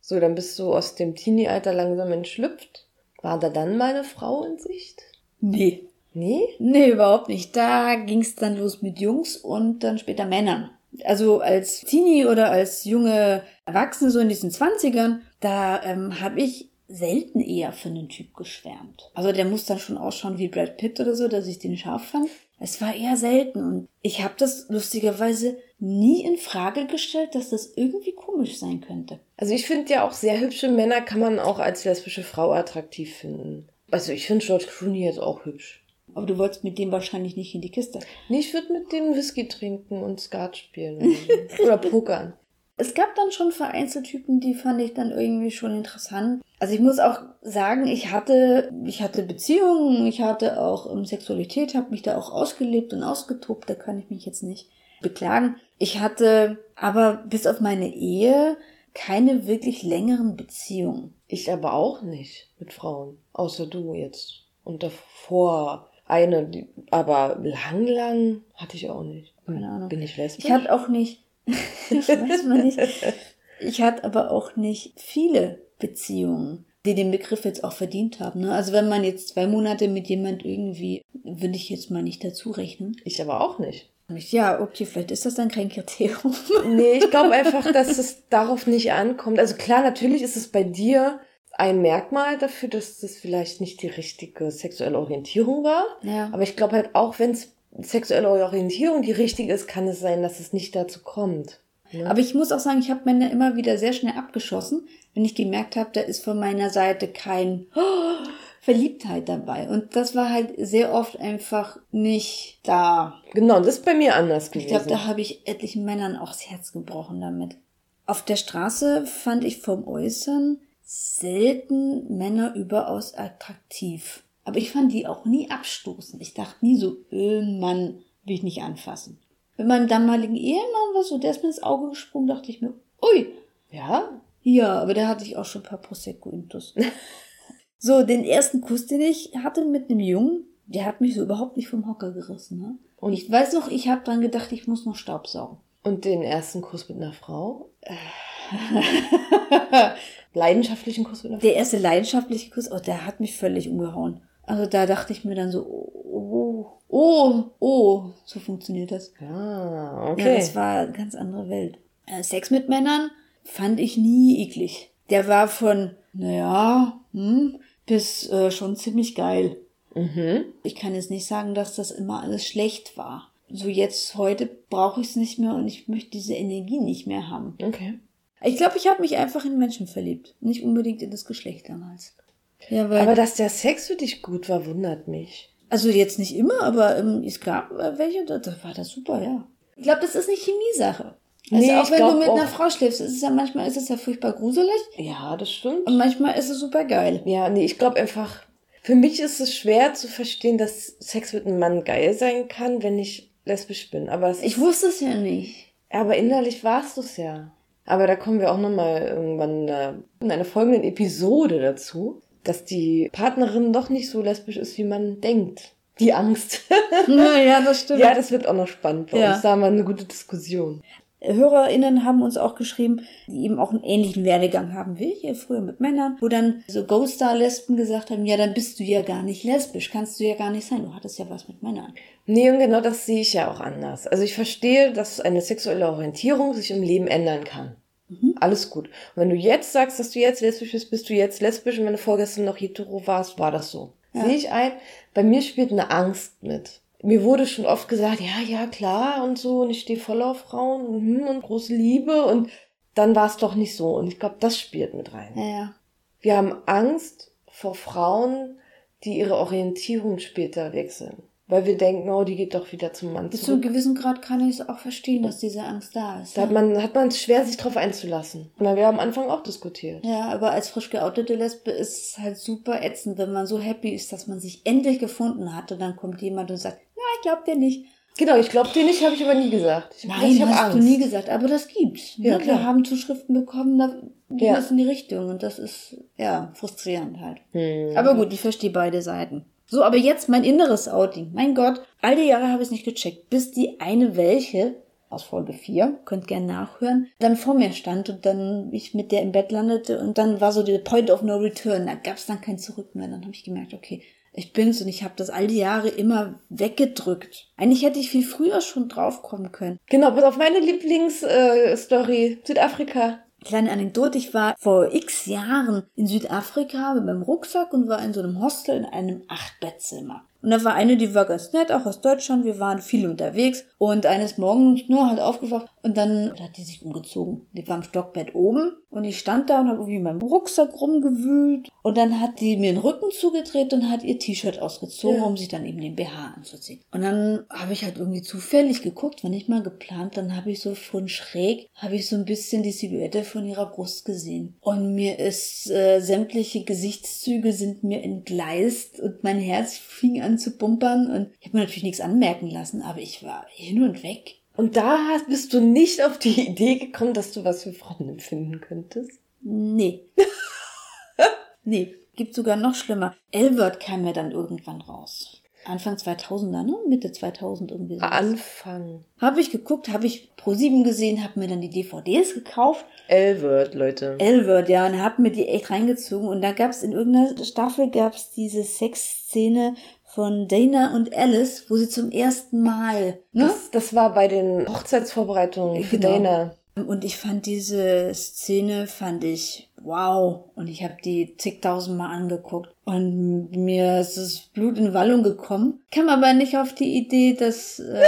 Speaker 2: So, dann bist du aus dem Teenie-Alter langsam entschlüpft. War da dann meine Frau in Sicht?
Speaker 1: Nee.
Speaker 2: Nee?
Speaker 1: Nee, überhaupt nicht. Da ging's dann los mit Jungs und dann später Männern. Also als Teenie oder als junge Erwachsene, so in diesen 20ern, da ähm, habe ich selten eher für einen Typ geschwärmt. Also der muss dann schon ausschauen wie Brad Pitt oder so, dass ich den scharf fand. Es war eher selten und ich habe das lustigerweise nie in Frage gestellt, dass das irgendwie komisch sein könnte.
Speaker 2: Also ich finde ja auch sehr hübsche Männer kann man auch als lesbische Frau attraktiv finden. Also ich finde George Clooney jetzt auch hübsch.
Speaker 1: Aber du wolltest mit dem wahrscheinlich nicht in die Kiste.
Speaker 2: Nee, ich würde mit dem Whisky trinken und Skat spielen. Oder, so. oder pokern.
Speaker 1: Es gab dann schon vereinzelt Typen, die fand ich dann irgendwie schon interessant. Also ich muss auch sagen, ich hatte, ich hatte Beziehungen, ich hatte auch ähm, Sexualität, habe mich da auch ausgelebt und ausgetobt, da kann ich mich jetzt nicht beklagen. Ich hatte aber bis auf meine Ehe keine wirklich längeren Beziehungen.
Speaker 2: Ich aber auch nicht mit Frauen. Außer du jetzt. Und davor eine, die, aber lang, lang hatte ich auch nicht.
Speaker 1: Keine Ahnung.
Speaker 2: Bin ich lesbisch?
Speaker 1: Ich hatte auch nicht, das weiß man nicht. Ich hatte aber auch nicht viele Beziehungen, die den Begriff jetzt auch verdient haben. Ne? Also wenn man jetzt zwei Monate mit jemand irgendwie, würde ich jetzt mal nicht dazu rechnen.
Speaker 2: ich aber auch nicht.
Speaker 1: Ja, okay, vielleicht ist das dann kein Kriterium.
Speaker 2: Nee, ich glaube einfach, dass es darauf nicht ankommt. Also klar, natürlich ist es bei dir ein Merkmal dafür, dass das vielleicht nicht die richtige sexuelle Orientierung war.
Speaker 1: Ja.
Speaker 2: Aber ich glaube halt auch, wenn es sexuelle Orientierung die richtige ist, kann es sein, dass es nicht dazu kommt. Ne?
Speaker 1: Aber ich muss auch sagen, ich habe Männer immer wieder sehr schnell abgeschossen, wenn ich gemerkt habe, da ist von meiner Seite kein Verliebtheit dabei. Und das war halt sehr oft einfach nicht da.
Speaker 2: genau, das ist bei mir anders
Speaker 1: Ich
Speaker 2: gewesen.
Speaker 1: glaube, da habe ich etlichen Männern auch das Herz gebrochen damit. Auf der Straße fand ich vom Äußern selten Männer überaus attraktiv. Aber ich fand die auch nie abstoßend. Ich dachte nie so, äh, Mann, will ich nicht anfassen. Mit meinem damaligen Ehemann war so, der ist mir ins Auge gesprungen, dachte ich mir, ui,
Speaker 2: ja,
Speaker 1: ja, aber da hatte ich auch schon ein paar Prosecco-Intus. so, den ersten Kuss, den ich hatte mit einem Jungen, der hat mich so überhaupt nicht vom Hocker gerissen. Ne? Und
Speaker 2: Und-
Speaker 1: ich weiß noch, ich habe dran gedacht, ich muss noch Staubsaugen.
Speaker 2: und den ersten Kuss mit einer Frau? Leidenschaftlichen Kuss mit einer Frau?
Speaker 1: Der erste leidenschaftliche Kuss, oh, der hat mich völlig umgehauen. Also da dachte ich mir dann so, oh, oh, oh, oh so funktioniert das.
Speaker 2: Ah,
Speaker 1: Ja,
Speaker 2: okay.
Speaker 1: das war eine ganz andere Welt. Äh, Sex mit Männern fand ich nie eklig. Der war von, naja, hm, bis äh, schon ziemlich geil.
Speaker 2: mhm.
Speaker 1: Ich kann jetzt nicht sagen, dass das immer alles schlecht war. So jetzt heute brauche ich es nicht mehr und ich möchte diese Energie nicht mehr haben.
Speaker 2: Okay.
Speaker 1: Ich glaube, ich habe mich einfach in Menschen verliebt, nicht unbedingt in das Geschlecht damals. Ja, weil
Speaker 2: Aber dass der Sex für dich gut war, wundert mich.
Speaker 1: also jetzt nicht immer, aber ähm, es gab äh, welche, da, da war das super, ja. Ich glaube, das ist nicht Chemiesache. Also
Speaker 2: Nee,
Speaker 1: auch
Speaker 2: ich
Speaker 1: wenn du
Speaker 2: glaub
Speaker 1: mit einer
Speaker 2: auch.
Speaker 1: Frau schläfst, ist es ja manchmal ist es ja furchtbar gruselig
Speaker 2: Ja, das stimmt.
Speaker 1: und manchmal ist es super geil.
Speaker 2: Ja, nee, ich glaube einfach, für mich ist es schwer zu verstehen, dass Sex mit einem Mann geil sein kann, wenn ich lesbisch bin. Aber, es
Speaker 1: Ich
Speaker 2: ist,
Speaker 1: wusste es ja nicht.
Speaker 2: aber innerlich warst du es ja. Aber da kommen wir auch nochmal irgendwann in einer, in einer folgenden Episode dazu, dass die Partnerin doch nicht so lesbisch ist, wie man denkt. Die Angst.
Speaker 1: ja, das stimmt.
Speaker 2: ja, das wird auch noch spannend bei
Speaker 1: Ja.
Speaker 2: uns. Da haben wir eine gute Diskussion.
Speaker 1: HörerInnen haben uns auch geschrieben, die eben auch einen ähnlichen Werdegang haben wie ich, hier früher mit Männern, wo dann so Go-Star-Lesben gesagt haben, ja, dann bist du ja gar nicht lesbisch, kannst du ja gar nicht sein, du hattest ja was mit Männern.
Speaker 2: Nee, und genau das sehe ich ja auch anders. Also ich verstehe, dass eine sexuelle Orientierung sich im Leben ändern kann. Alles gut. Und wenn du jetzt sagst, dass du jetzt lesbisch bist, bist du jetzt lesbisch und wenn du vorgestern noch hetero warst, war das so.
Speaker 1: Ja.
Speaker 2: Sehe ich ein. Bei mir spielt eine Angst mit. Mir wurde schon oft gesagt, ja, ja, klar und so und ich stehe voll auf Frauen mhm, und große Liebe und dann war es doch nicht so. Und ich glaube, das spielt mit rein.
Speaker 1: Ja, ja.
Speaker 2: Wir haben Angst vor Frauen, die ihre Orientierung später wechseln. Weil wir denken, oh, die geht doch wieder zum Mann
Speaker 1: Bis zu einem
Speaker 2: zurück.
Speaker 1: gewissen Grad kann ich es auch verstehen, dass diese Angst da ist.
Speaker 2: Da hat
Speaker 1: Ja,
Speaker 2: man, hat man es schwer, sich drauf einzulassen. Weil wir haben am Anfang auch diskutiert.
Speaker 1: ja aber als frisch geoutete Lesbe ist es halt super ätzend, wenn man so happy ist, dass man sich endlich gefunden hat und dann kommt jemand und sagt, ja, ich glaub dir nicht.
Speaker 2: Genau, ich glaube dir nicht, habe ich aber nie gesagt. Ich,
Speaker 1: Nein,
Speaker 2: ich hab
Speaker 1: hast du nie gesagt, aber das gibt's.
Speaker 2: Ja,
Speaker 1: ne? Wir
Speaker 2: klar.
Speaker 1: haben Zuschriften bekommen, da ging
Speaker 2: Ja.
Speaker 1: das in die Richtung und das ist ja frustrierend halt.
Speaker 2: Hm.
Speaker 1: Aber gut, ich verstehe beide Seiten. So, aber jetzt mein inneres Outing. Mein Gott, all die Jahre habe ich es nicht gecheckt, bis die eine welche aus Folge 4, könnt gerne nachhören, dann vor mir stand und dann ich mit der im Bett landete und dann war so der Point of No Return, da gab es dann kein Zurück mehr. Dann habe ich gemerkt, okay, ich bin's und ich habe das all die Jahre immer weggedrückt. Eigentlich hätte ich viel früher schon draufkommen können.
Speaker 2: Genau, bis auf meine Lieblingsstory, äh, Story, Südafrika.
Speaker 1: Kleine Anekdote, ich war vor x Jahren in Südafrika mit meinem Rucksack und war in so einem Hostel in einem Achtbettzimmer. Und da war eine, die war ganz nett, auch aus Deutschland. Wir waren viel unterwegs. Und eines Morgens, nur halt aufgewacht. Und dann hat die sich umgezogen. Die war im Stockbett oben. Und ich stand da und habe irgendwie in meinem Rucksack rumgewühlt. Und dann hat die mir den Rücken zugedreht und hat ihr T-Shirt ausgezogen,
Speaker 2: Ja.
Speaker 1: um sich dann eben den BH anzuziehen. Und dann habe ich halt irgendwie zufällig geguckt, war nicht mal geplant. Dann habe ich so von schräg, habe ich so ein bisschen die Silhouette von ihrer Brust gesehen. Und mir ist, äh, sämtliche Gesichtszüge sind mir entgleist und mein Herz fing an zu pumpern. Und ich habe mir natürlich nichts anmerken lassen, aber ich war hin und weg.
Speaker 2: Und da hast, bist du nicht auf die Idee gekommen, dass du was für Frauen empfinden könntest.
Speaker 1: Nee. nee, gibt sogar noch schlimmer. L-Word kam ja dann irgendwann raus. Anfang 2000er, ne? Mitte 2000 irgendwie
Speaker 2: Ah,
Speaker 1: so.
Speaker 2: Anfang.
Speaker 1: Habe ich geguckt, habe ich Pro7 gesehen, habe mir dann die DVDs gekauft.
Speaker 2: L-Word, Leute.
Speaker 1: L-Word, ja, und habe mir die echt reingezogen. Und da gab es in irgendeiner Staffel gab's diese Sexszene von Dana und Alice, wo sie zum ersten Mal, ne?
Speaker 2: Das, das war bei den Hochzeitsvorbereitungen für
Speaker 1: Genau.
Speaker 2: Dana.
Speaker 1: Und ich fand diese Szene, fand ich wow. Und ich habe die zigtausendmal angeguckt. Und mir ist das Blut in Wallung gekommen. Kam aber nicht auf die Idee, dass äh,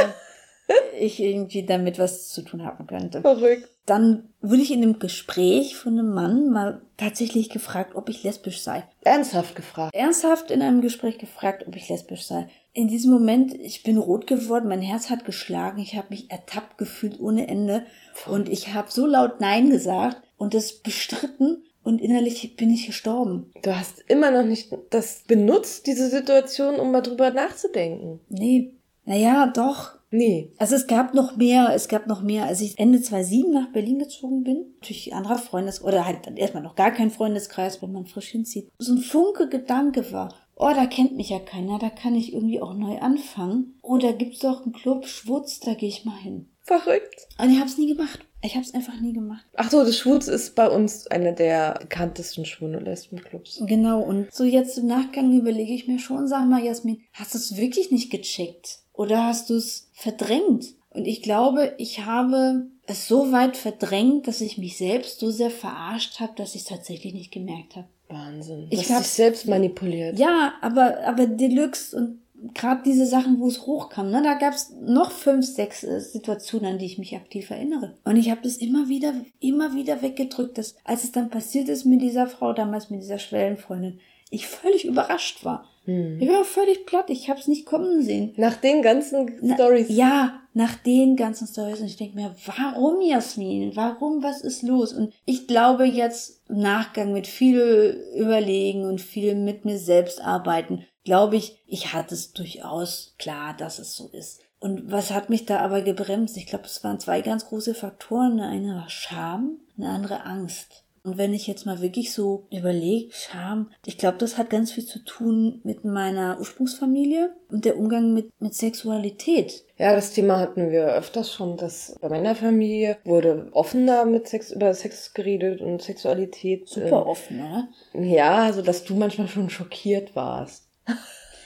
Speaker 1: ich irgendwie damit was zu tun haben könnte.
Speaker 2: Verrückt.
Speaker 1: Dann wurde ich in einem Gespräch von einem Mann mal tatsächlich gefragt, ob ich lesbisch sei
Speaker 2: Ernsthaft gefragt.
Speaker 1: ernsthaft in einem Gespräch gefragt, ob ich lesbisch sei. In diesem Moment, ich bin rot geworden, mein Herz hat geschlagen, ich habe mich ertappt gefühlt ohne Ende und ich habe so laut Nein gesagt und das bestritten und innerlich bin ich gestorben.
Speaker 2: Du hast immer noch nicht das benutzt, diese Situation, um mal drüber nachzudenken.
Speaker 1: Nee, naja, doch.
Speaker 2: Nee.
Speaker 1: Also es gab noch mehr, es gab noch mehr. Als ich Ende 2007 nach Berlin gezogen bin, natürlich ein anderer Freundes- oder halt dann erstmal noch gar kein Freundeskreis, wenn man frisch hinzieht, so ein Funke Gedanke war, oh, da kennt mich ja keiner, da kann ich irgendwie auch neu anfangen. Oh, da gibt's doch einen Club, Schwutz, da gehe ich mal hin.
Speaker 2: Verrückt.
Speaker 1: Und ich hab's nie gemacht. Ich hab's einfach nie gemacht.
Speaker 2: Ach so, das Schwunz ist bei uns einer der bekanntesten Schwul- und Lesbenclubs.
Speaker 1: Genau, und so jetzt im Nachgang überlege ich mir schon, sag mal, Jasmin, hast du es wirklich nicht gecheckt? Oder hast du es verdrängt? Und ich glaube, ich habe es so weit verdrängt, dass ich mich selbst so sehr verarscht habe, dass ich es tatsächlich nicht gemerkt habe.
Speaker 2: Wahnsinn.
Speaker 1: Ich
Speaker 2: Ich
Speaker 1: hab-
Speaker 2: habe dich selbst manipuliert.
Speaker 1: Ja, aber, aber Deluxe und gerade diese Sachen, wo es hochkam, ne, da gab's noch fünf, sechs äh, Situationen, an die ich mich aktiv erinnere. Und ich habe das immer wieder, immer wieder weggedrückt, dass als es dann passiert ist mit dieser Frau, damals mit dieser Schwellenfreundin, ich völlig überrascht war.
Speaker 2: Hm.
Speaker 1: Ich war völlig platt, ich hab's nicht kommen sehen.
Speaker 2: Nach den ganzen
Speaker 1: Na,
Speaker 2: Stories.
Speaker 1: Ja, nach den ganzen Stories. Und ich denke mir, warum, Jasmin? Warum? Was ist los? Und ich glaube jetzt im Nachgang mit viel Überlegen und viel mit mir selbst arbeiten, glaube ich, ich hatte es durchaus klar, dass es so ist. Und was hat mich da aber gebremst? Ich glaube, es waren zwei ganz große Faktoren. Eine war Scham, eine andere Angst. Und wenn ich jetzt mal wirklich so überlege, Scham, ich glaube, das hat ganz viel zu tun mit meiner Ursprungsfamilie und der Umgang mit, mit Sexualität.
Speaker 2: Ja, das Thema hatten wir öfters schon, dass bei meiner Familie wurde offener mit Sex über Sex geredet und Sexualität.
Speaker 1: Super offen, oder?
Speaker 2: Ähm, ja, also dass du manchmal schon schockiert warst,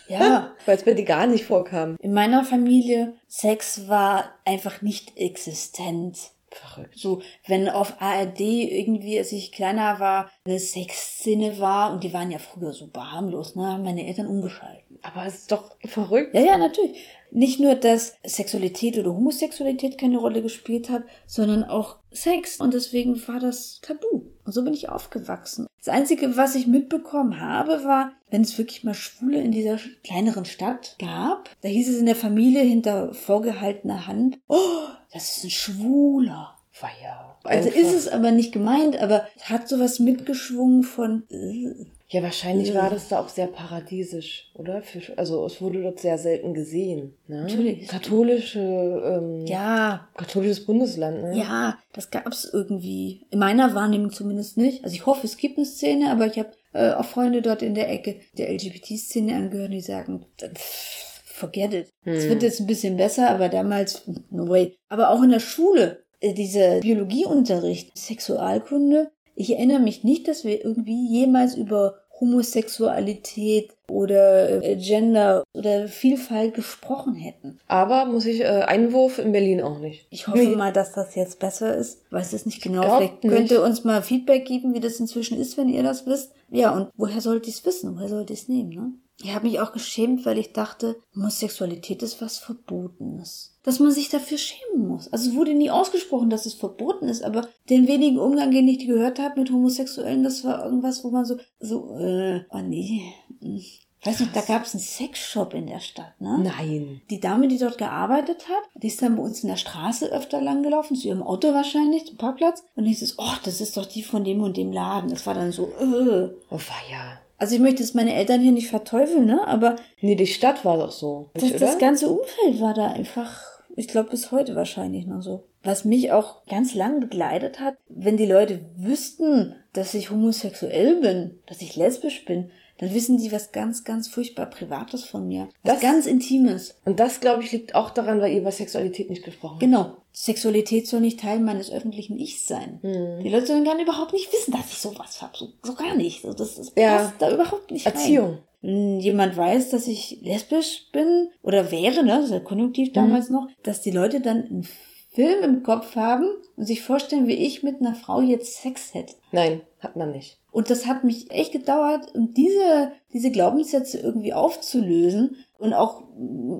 Speaker 1: Ja.
Speaker 2: weil es bei dir gar nicht vorkam.
Speaker 1: In meiner Familie, Sex war einfach nicht existent.
Speaker 2: Verrückt.
Speaker 1: So, wenn auf ARD irgendwie, als ich kleiner war, eine Sexszene war, und die waren ja früher super harmlos, ne, haben meine Eltern umgeschaltet.
Speaker 2: Aber es ist doch verrückt.
Speaker 1: Ja, ja, natürlich. Nicht nur, dass Sexualität oder Homosexualität keine Rolle gespielt hat, sondern auch Sex. Und deswegen war das tabu. Und so bin ich aufgewachsen. Das Einzige, was ich mitbekommen habe, war, wenn es wirklich mal Schwule in dieser sch- kleineren Stadt gab, da hieß es in der Familie hinter vorgehaltener Hand, oh, das ist ein Schwuler.
Speaker 2: War ja.
Speaker 1: Also
Speaker 2: einfach-
Speaker 1: ist es aber nicht gemeint, aber hat sowas mitgeschwungen von, äh,
Speaker 2: Ja, wahrscheinlich
Speaker 1: Ja.
Speaker 2: war das da auch sehr paradiesisch, oder? Für, also es wurde dort sehr selten gesehen. Ne?
Speaker 1: Natürlich.
Speaker 2: Katholische, ähm,
Speaker 1: ja,
Speaker 2: katholisches Bundesland, ne?
Speaker 1: Ja, das gab's irgendwie. In meiner Wahrnehmung zumindest nicht. Also ich hoffe, es gibt eine Szene, aber ich habe äh, auch Freunde dort in der Ecke der LGBT-Szene angehören, die sagen, äh, pff, forget it. Es
Speaker 2: Hm.
Speaker 1: wird jetzt ein bisschen besser, aber damals, no way. Aber auch in der Schule, äh, dieser Biologieunterricht, Sexualkunde, ich erinnere mich nicht, dass wir irgendwie jemals über Homosexualität oder äh, Gender oder Vielfalt gesprochen hätten.
Speaker 2: Aber muss ich, äh, Einwurf in Berlin auch nicht.
Speaker 1: Ich hoffe mal, dass das jetzt besser ist. Weiß es nicht genau.
Speaker 2: glaub
Speaker 1: Vielleicht könnt ihr
Speaker 2: nicht.
Speaker 1: uns mal Feedback geben, wie das inzwischen ist, wenn ihr das wisst. Ja, und woher sollt ihr es wissen? Woher sollt ihr es nehmen, ne? Ich habe mich auch geschämt, weil ich dachte, Homosexualität ist was Verbotenes. Dass man sich dafür schämen muss. Also es wurde nie ausgesprochen, dass es verboten ist, aber den wenigen Umgang, den ich gehört habe mit Homosexuellen, das war irgendwas, wo man so, so, äh, oh nee. Weiß nicht, da gab es einen Sexshop in der Stadt, ne?
Speaker 2: Nein.
Speaker 1: Die Dame, die dort gearbeitet hat, die ist dann bei uns in der Straße öfter langgelaufen, zu ihrem Auto wahrscheinlich, zum Parkplatz. Und ich so, oh, das ist doch die von dem und dem Laden. Das war dann so, äh.
Speaker 2: Oh, war ja.
Speaker 1: Also ich möchte jetzt meine Eltern hier nicht verteufeln, ne? Aber
Speaker 2: Nee, die Stadt war doch so.
Speaker 1: das, das ganze Umfeld war da einfach, ich glaube, bis heute wahrscheinlich noch so. Was mich auch ganz lang begleitet hat, wenn die Leute wüssten, dass ich homosexuell bin, dass ich lesbisch bin, dann wissen die was ganz, ganz furchtbar Privates von mir. Was
Speaker 2: Das-
Speaker 1: ganz Intimes.
Speaker 2: Und das, glaube ich, liegt auch daran, weil ihr über Sexualität nicht gesprochen habt.
Speaker 1: Genau. Sexualität soll nicht Teil meines öffentlichen Ichs sein.
Speaker 2: Hm.
Speaker 1: Die Leute sollen gar überhaupt nicht wissen, dass ich sowas hab. So, so gar nicht. So, das das
Speaker 2: Ja.
Speaker 1: passt da überhaupt nicht rein.
Speaker 2: Erziehung.
Speaker 1: wenn jemand weiß, dass ich lesbisch bin oder wäre, ne, das ist ja
Speaker 2: Hm.
Speaker 1: konjunktiv damals noch, dass die Leute dann einen Film im Kopf haben und sich vorstellen, wie ich mit einer Frau jetzt Sex hätte.
Speaker 2: Nein, hat man nicht.
Speaker 1: Und das hat mich echt gedauert, um diese, diese Glaubenssätze irgendwie aufzulösen und auch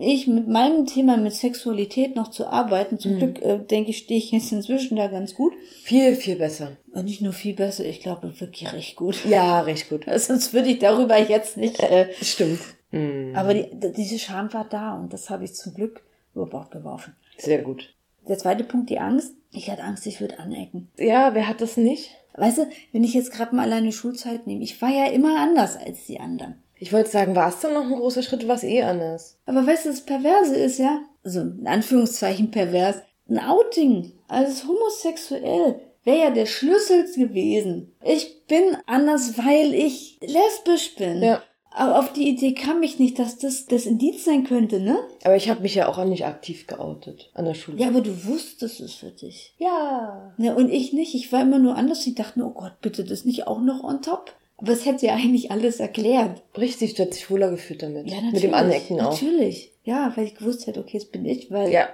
Speaker 1: ich mit meinem Thema mit Sexualität noch zu arbeiten. Zum Glück, äh, denke ich, stehe ich jetzt inzwischen da ganz gut.
Speaker 2: Viel, viel besser.
Speaker 1: Und nicht nur viel besser, ich glaube wirklich recht gut.
Speaker 2: Ja, recht gut.
Speaker 1: Sonst würde ich darüber jetzt nicht äh,
Speaker 2: Stimmt. Hm,
Speaker 1: Aber die, d- diese Scham war da und das habe ich zum Glück über Bord geworfen.
Speaker 2: Sehr gut.
Speaker 1: Der zweite Punkt, die Angst. Ich hatte Angst, ich würde anecken.
Speaker 2: Ja, wer hat das nicht?
Speaker 1: Weißt du, wenn ich jetzt gerade mal alleine Schulzeit nehme, ich war ja immer anders als die anderen.
Speaker 2: Ich wollte sagen, war es dann noch ein großer Schritt, was eh anders.
Speaker 1: Aber weißt du, das Perverse ist ja, also in Anführungszeichen pervers, ein Outing als homosexuell wäre ja der Schlüssel gewesen. Ich bin anders, weil ich lesbisch bin.
Speaker 2: Ja.
Speaker 1: Aber auf die Idee kam ich nicht, dass das das Indiz sein könnte, ne?
Speaker 2: Aber ich habe mich ja auch nicht aktiv geoutet an der Schule.
Speaker 1: Ja, aber du wusstest es für dich.
Speaker 2: Ja.
Speaker 1: Ne, und ich nicht. Ich war immer nur anders. Ich dachte nur, oh Gott, bitte das nicht auch noch on top. Aber es hätte ja eigentlich alles erklärt.
Speaker 2: Richtig, du hast dich wohler gefühlt damit. Mit dem Anecken auch.
Speaker 1: Natürlich. Ja, weil ich gewusst hätte, okay, es bin ich, weil
Speaker 2: Ja.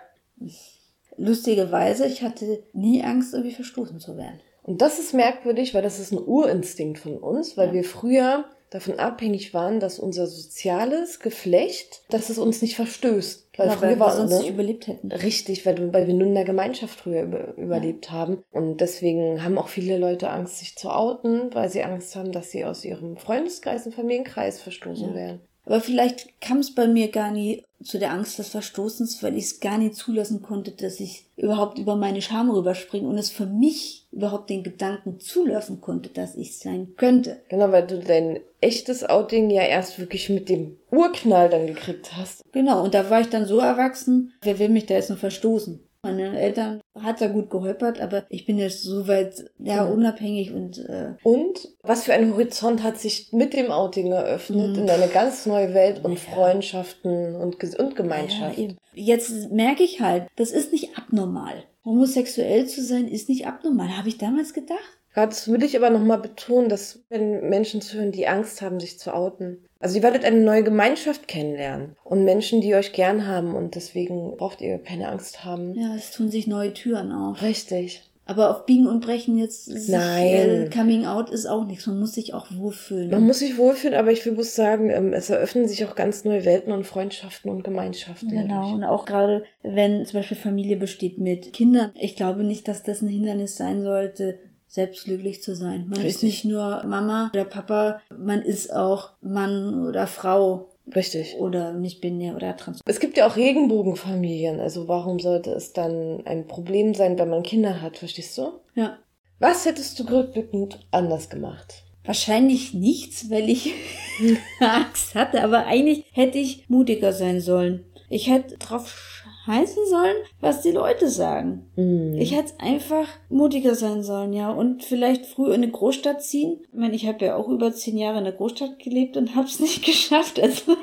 Speaker 1: lustigerweise, ich hatte nie Angst, irgendwie verstoßen zu werden.
Speaker 2: Und das ist merkwürdig, weil das ist ein Urinstinkt von uns, weil
Speaker 1: Ja.
Speaker 2: wir früher davon abhängig waren, dass unser soziales Geflecht, dass es uns nicht verstößt. Weil
Speaker 1: Ja,
Speaker 2: früher
Speaker 1: weil wir
Speaker 2: war
Speaker 1: sonst
Speaker 2: ne?
Speaker 1: nicht überlebt hätten.
Speaker 2: Richtig, weil, du- weil wir nur in der Gemeinschaft früher über, überlebt haben. Und deswegen haben auch viele Leute Angst, sich zu outen, weil sie Angst haben, dass sie aus ihrem Freundeskreis und Familienkreis verstoßen
Speaker 1: Ja.
Speaker 2: werden.
Speaker 1: Aber vielleicht kam es bei mir gar nie zu der Angst des Verstoßens, weil ich es gar nicht zulassen konnte, dass ich überhaupt über meine Scham rüberspringe und es für mich überhaupt den Gedanken zulassen konnte, dass ich sein könnte.
Speaker 2: Genau, weil du dein echtes Outing ja erst wirklich mit dem Urknall dann gekriegt hast.
Speaker 1: Genau, und da war ich dann so erwachsen, wer will mich da jetzt noch verstoßen? Meine Eltern hat da gut geholpert, aber ich bin jetzt so weit ja,
Speaker 2: Mhm.
Speaker 1: unabhängig und äh,
Speaker 2: Und was für ein Horizont hat sich mit dem Outing eröffnet
Speaker 1: Mhm.
Speaker 2: in eine ganz neue Welt und
Speaker 1: Ja.
Speaker 2: Freundschaften und, Ges- und
Speaker 1: ja,
Speaker 2: Gemeinschaft.
Speaker 1: eben. jetzt merke ich halt, das ist nicht abnormal. Homosexuell zu sein ist nicht abnormal, habe ich damals gedacht.
Speaker 2: Gerade das will ich aber nochmal betonen, dass wenn Menschen zuhören, die Angst haben, sich zu outen. Also ihr werdet eine neue Gemeinschaft kennenlernen und Menschen, die euch gern haben und deswegen braucht ihr keine Angst haben.
Speaker 1: Ja, es tun sich neue Türen auf.
Speaker 2: Richtig.
Speaker 1: Aber auf Biegen und Brechen jetzt sich,
Speaker 2: Nein.
Speaker 1: Äh, Coming Out ist auch nichts. Man muss sich auch wohlfühlen.
Speaker 2: Man muss sich wohlfühlen, aber ich will bloß sagen, ähm, es eröffnen sich auch ganz neue Welten und Freundschaften und Gemeinschaften.
Speaker 1: Genau,
Speaker 2: dadurch.
Speaker 1: und auch gerade wenn zum Beispiel Familie besteht mit Kindern. Ich glaube nicht, dass das ein Hindernis sein sollte, selbst glücklich zu sein. Man ist
Speaker 2: Richtig.
Speaker 1: nicht nur Mama oder Papa, man ist auch Mann oder Frau
Speaker 2: Richtig.
Speaker 1: oder nicht binär oder trans.
Speaker 2: Es gibt ja auch Regenbogenfamilien, also warum sollte es dann ein Problem sein, wenn man Kinder hat, verstehst du?
Speaker 1: Ja.
Speaker 2: Was hättest du rückblickend anders gemacht?
Speaker 1: Wahrscheinlich nichts, weil ich Angst hatte, aber eigentlich hätte ich mutiger sein sollen. Ich hätte drauf scheißen sollen, was die Leute sagen.
Speaker 2: Mhm.
Speaker 1: Ich hätte einfach mutiger sein sollen, ja. Und vielleicht früh in eine Großstadt ziehen. Ich meine, ich habe ja auch über zehn Jahre in der Großstadt gelebt und habe es nicht geschafft. Also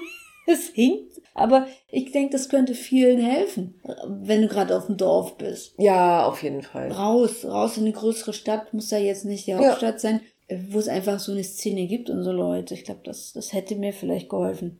Speaker 1: es hinkt. Aber ich denke, das könnte vielen helfen, wenn du gerade auf dem Dorf bist.
Speaker 2: Ja, auf jeden Fall.
Speaker 1: Raus, raus in eine größere Stadt, muss ja jetzt nicht die Hauptstadt sein, wo es einfach so eine Szene gibt und so Leute. Ich glaube, das, das hätte mir vielleicht geholfen.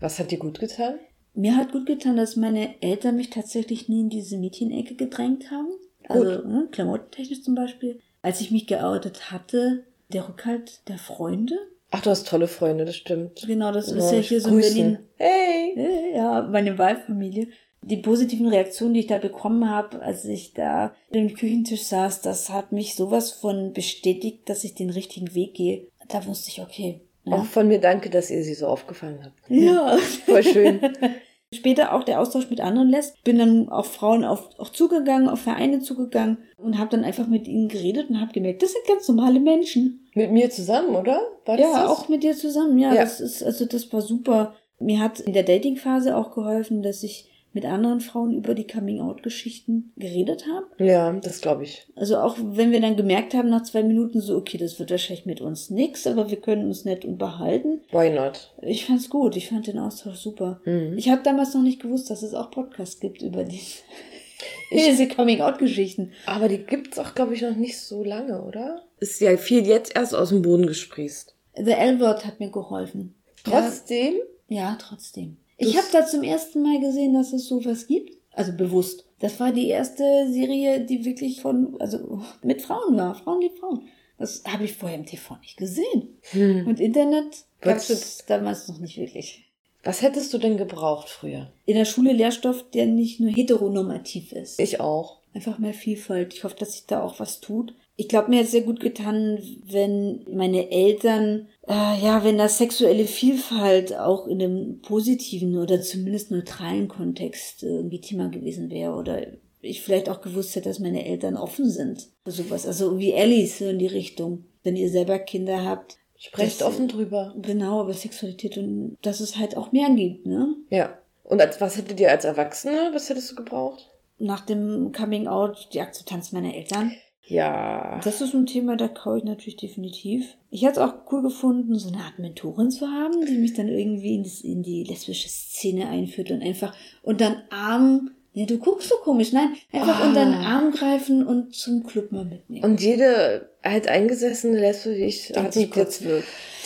Speaker 2: Was hat dir gut getan?
Speaker 1: Mir hat gut getan, dass meine Eltern mich tatsächlich nie in diese Mädchenecke gedrängt haben. Also ne, klamottentechnisch zum Beispiel. Als ich mich geoutet hatte, der Rückhalt der Freunde,
Speaker 2: Ach, du hast tolle Freunde, das stimmt.
Speaker 1: Genau, das ist
Speaker 2: Ja,
Speaker 1: ja hier so in
Speaker 2: Grüße.
Speaker 1: Berlin.
Speaker 2: Hey!
Speaker 1: Äh, Ja, meine Wahlfamilie. Die positiven Reaktionen, die ich da bekommen habe, als ich da am Küchentisch saß, das hat mich sowas von bestätigt, dass ich den richtigen Weg gehe. Da wusste ich, okay.
Speaker 2: Auch
Speaker 1: Ja.
Speaker 2: von mir danke, dass ihr sie so aufgefangen habt.
Speaker 1: ja.
Speaker 2: Voll schön.
Speaker 1: Später auch der Austausch mit anderen lässt. Bin dann auf Frauen auf, auch zugegangen, auf Vereine zugegangen und habe dann einfach mit ihnen geredet und habe gemerkt, das sind ganz normale Menschen.
Speaker 2: Mit mir zusammen, oder? War das
Speaker 1: Ja,
Speaker 2: das?
Speaker 1: auch mit dir zusammen. Ja,
Speaker 2: Ja.
Speaker 1: das ist, also das war super. Mir hat in der Dating-Phase auch geholfen, dass ich mit anderen Frauen über die Coming-out-Geschichten geredet habe.
Speaker 2: Ja, das glaube ich.
Speaker 1: Also auch wenn wir dann gemerkt haben nach zwei Minuten so, okay, das wird wahrscheinlich mit uns nix, aber wir können uns nett unterhalten.
Speaker 2: Why not?
Speaker 1: Ich fand's gut, ich fand den Austausch super.
Speaker 2: Mhm.
Speaker 1: Ich habe damals noch nicht gewusst, dass es auch Podcasts gibt über diese, diese Coming-out-Geschichten.
Speaker 2: Aber die gibt's auch, glaube ich, noch nicht so lange, oder? Ist ja viel jetzt erst aus dem Boden gesprießt.
Speaker 1: The L-Word hat mir geholfen. Ja.
Speaker 2: Trotzdem,
Speaker 1: Ja, trotzdem.
Speaker 2: Das-
Speaker 1: Ich habe da zum ersten Mal gesehen, dass es sowas gibt. Also bewusst. Das war die erste Serie, die wirklich von, also mit Frauen war. Frauen die Frauen. Das habe ich vorher im TV nicht gesehen.
Speaker 2: hm.
Speaker 1: Und Internet gab
Speaker 2: Was-
Speaker 1: es damals noch nicht wirklich.
Speaker 2: was hättest du denn gebraucht früher?
Speaker 1: In der Schule Lehrstoff, der nicht nur heteronormativ ist.
Speaker 2: Ich auch.
Speaker 1: Einfach mehr Vielfalt. Ich hoffe, dass sich da auch was tut. Ich glaube, mir hat es sehr gut getan, wenn meine Eltern, äh, ja, wenn da sexuelle Vielfalt auch in einem positiven oder zumindest neutralen Kontext irgendwie Thema gewesen wäre oder ich vielleicht auch gewusst hätte, dass meine Eltern offen sind für sowas. Also wie Allies so in die Richtung. Wenn ihr selber Kinder habt,
Speaker 2: Sprecht
Speaker 1: Das-
Speaker 2: offen drüber.
Speaker 1: genau, über Sexualität und dass es halt auch mehr gibt, ne?
Speaker 2: Ja. Und als, was hättet ihr als Erwachsene, was hättest du gebraucht?
Speaker 1: Nach dem Coming Out, die Akzeptanz meiner Eltern.
Speaker 2: Ja.
Speaker 1: Das ist ein Thema, da kaue ich natürlich definitiv. Ich hätte es auch cool gefunden, so eine Art Mentorin zu haben, die mich dann irgendwie in, das, in die lesbische Szene einführt und einfach und dann Arm, ne, du guckst so komisch, nein, einfach
Speaker 2: Ah.
Speaker 1: unter den Arm greifen und zum Club mal mitnehmen.
Speaker 2: Und jede halt eingesessene Lesbe, wie ich,
Speaker 1: Denkt
Speaker 2: hat
Speaker 1: sich
Speaker 2: mich kurz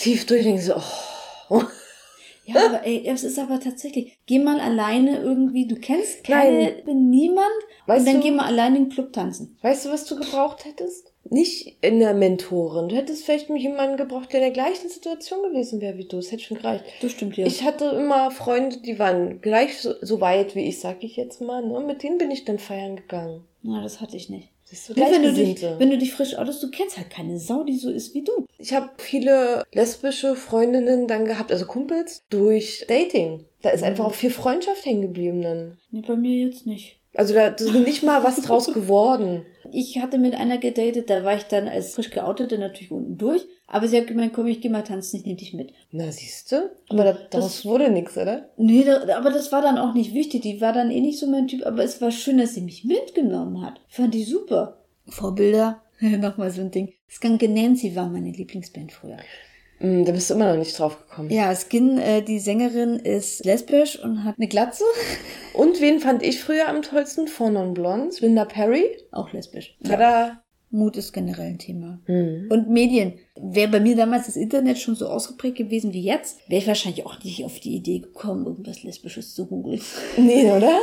Speaker 2: tief durch und denkt so, oh.
Speaker 1: ja, aber ey, es ist aber tatsächlich, geh mal alleine irgendwie, du kennst
Speaker 2: Nein.
Speaker 1: keine, niemand und
Speaker 2: Weißt
Speaker 1: dann
Speaker 2: du-
Speaker 1: geh mal alleine in den Club tanzen.
Speaker 2: Weißt du, was du gebraucht hättest? Nicht in der Mentorin. Du hättest vielleicht mit jemandem gebraucht, der in der gleichen Situation gewesen wäre wie du. Das hätte schon gereicht.
Speaker 1: Das stimmt ja.
Speaker 2: Ich hatte immer Freunde, die waren gleich so, so weit wie ich, sag ich jetzt mal. Ne? Mit denen bin ich dann feiern gegangen.
Speaker 1: Na, das hatte ich nicht.
Speaker 2: Siehst du,
Speaker 1: Wenn du, dich,
Speaker 2: Gleichgesinnte.
Speaker 1: wenn du dich frisch outest, du kennst halt keine Sau, die so ist wie du.
Speaker 2: Ich habe viele lesbische Freundinnen dann gehabt, also Kumpels, durch Dating. Da ist
Speaker 1: Mhm.
Speaker 2: einfach auch viel Freundschaft hängen geblieben dann.
Speaker 1: Nee, bei mir jetzt nicht.
Speaker 2: Also da ist nicht mal was draus geworden.
Speaker 1: Ich hatte mit einer gedatet, da war ich dann als frisch geoutete natürlich unten durch. Aber sie hat gemeint, komm, ich geh mal tanzen, ich nehme dich mit.
Speaker 2: Na, siehst du? Aber da, daraus wurde nichts, oder?
Speaker 1: Nee, da, aber das war dann auch nicht wichtig. Die war dann eh nicht so mein Typ, aber es war schön, dass sie mich mitgenommen hat. Fand die super. Vorbilder, nochmal so ein Ding. Skanke Nancy war meine Lieblingsband früher.
Speaker 2: Hm, Da bist du immer noch nicht drauf gekommen.
Speaker 1: Ja, Skin, äh, die Sängerin, ist lesbisch und hat eine Glatze.
Speaker 2: Und wen fand ich früher am tollsten? Von Non-Blondes? Linda Perry?
Speaker 1: Auch lesbisch.
Speaker 2: Tada!
Speaker 1: Mut ist generell ein Thema.
Speaker 2: Hm.
Speaker 1: Und Medien. Wäre bei mir damals das Internet schon so ausgeprägt gewesen wie jetzt, wäre ich wahrscheinlich auch nicht auf die Idee gekommen, irgendwas Lesbisches zu googeln.
Speaker 2: Nee, oder?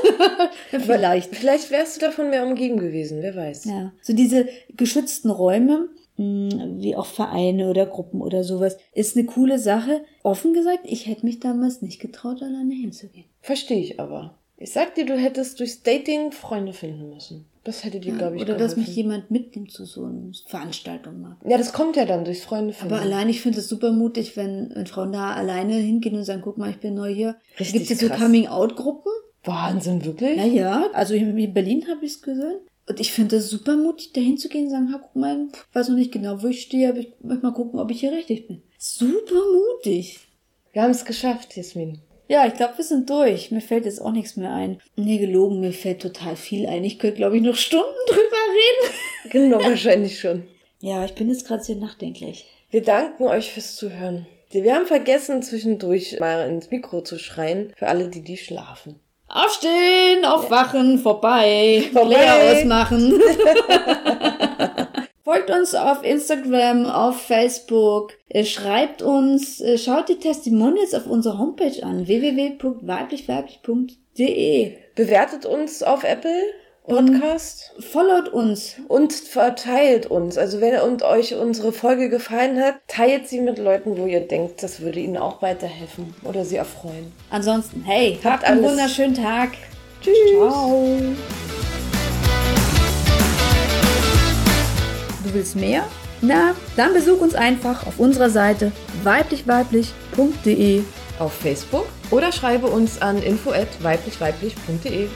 Speaker 1: Vielleicht.
Speaker 2: Vielleicht wärst du davon mehr umgeben gewesen, wer weiß.
Speaker 1: Ja. So diese geschützten Räume, mh, wie auch Vereine oder Gruppen oder sowas, ist eine coole Sache. Offen gesagt, ich hätte mich damals nicht getraut, alleine hinzugehen.
Speaker 2: Verstehe ich aber. Ich sag dir, du hättest durchs Dating Freunde finden müssen. Das hätte dir, glaube ich,
Speaker 1: oder dass
Speaker 2: geholfen.
Speaker 1: mich jemand mitnimmt zu so einer Veranstaltung mal.
Speaker 2: Ja, das kommt ja dann durchs Freunde finden.
Speaker 1: Aber allein, ich finde es super mutig, wenn, wenn Frauen da alleine hingehen und sagen, guck mal, ich bin neu hier.
Speaker 2: Richtig
Speaker 1: Gibt es so
Speaker 2: krass.
Speaker 1: Coming-out-Gruppen?
Speaker 2: Wahnsinn, wirklich?
Speaker 1: Ja, ja, also in in Berlin habe ich es gesehen. Und ich finde es super mutig, da hinzugehen und sagen, ha, guck mal, pf, weiß noch nicht genau, wo ich stehe, aber ich möchte mal gucken, ob ich hier richtig bin. Super mutig.
Speaker 2: Wir haben es geschafft, Jasmin.
Speaker 1: Ja, ich glaube, wir sind durch. Mir fällt jetzt auch nichts mehr ein. Nee, gelogen, mir fällt total viel ein. Ich könnte, glaube ich, noch Stunden drüber reden.
Speaker 2: Genau, wahrscheinlich schon.
Speaker 1: Ja, ich bin jetzt gerade sehr nachdenklich.
Speaker 2: Wir danken euch fürs Zuhören. Wir haben vergessen, zwischendurch mal ins Mikro zu schreien, für alle, die die schlafen.
Speaker 1: Aufstehen, aufwachen, vorbei,
Speaker 2: Vorbei.
Speaker 1: Player ausmachen. Folgt uns auf Instagram, auf Facebook, äh, schreibt uns, äh, schaut die Testimonials auf unserer Homepage an, www.weiblichweiblich.de.
Speaker 2: Bewertet uns auf Apple Podcast.
Speaker 1: Followt uns.
Speaker 2: Und verteilt uns. Also wenn und euch unsere Folge gefallen hat, teilt sie mit Leuten, wo ihr denkt, das würde ihnen auch weiterhelfen oder sie erfreuen.
Speaker 1: Ansonsten, hey,
Speaker 2: Habt
Speaker 1: habt, einen
Speaker 2: alles.
Speaker 1: wunderschönen Tag.
Speaker 2: Tschüss.
Speaker 1: Ciao. Du willst mehr? Na, dann besuch uns einfach auf unserer Seite weiblichweiblich.de
Speaker 2: Auf Facebook oder schreibe uns an info@weiblichweiblich.de.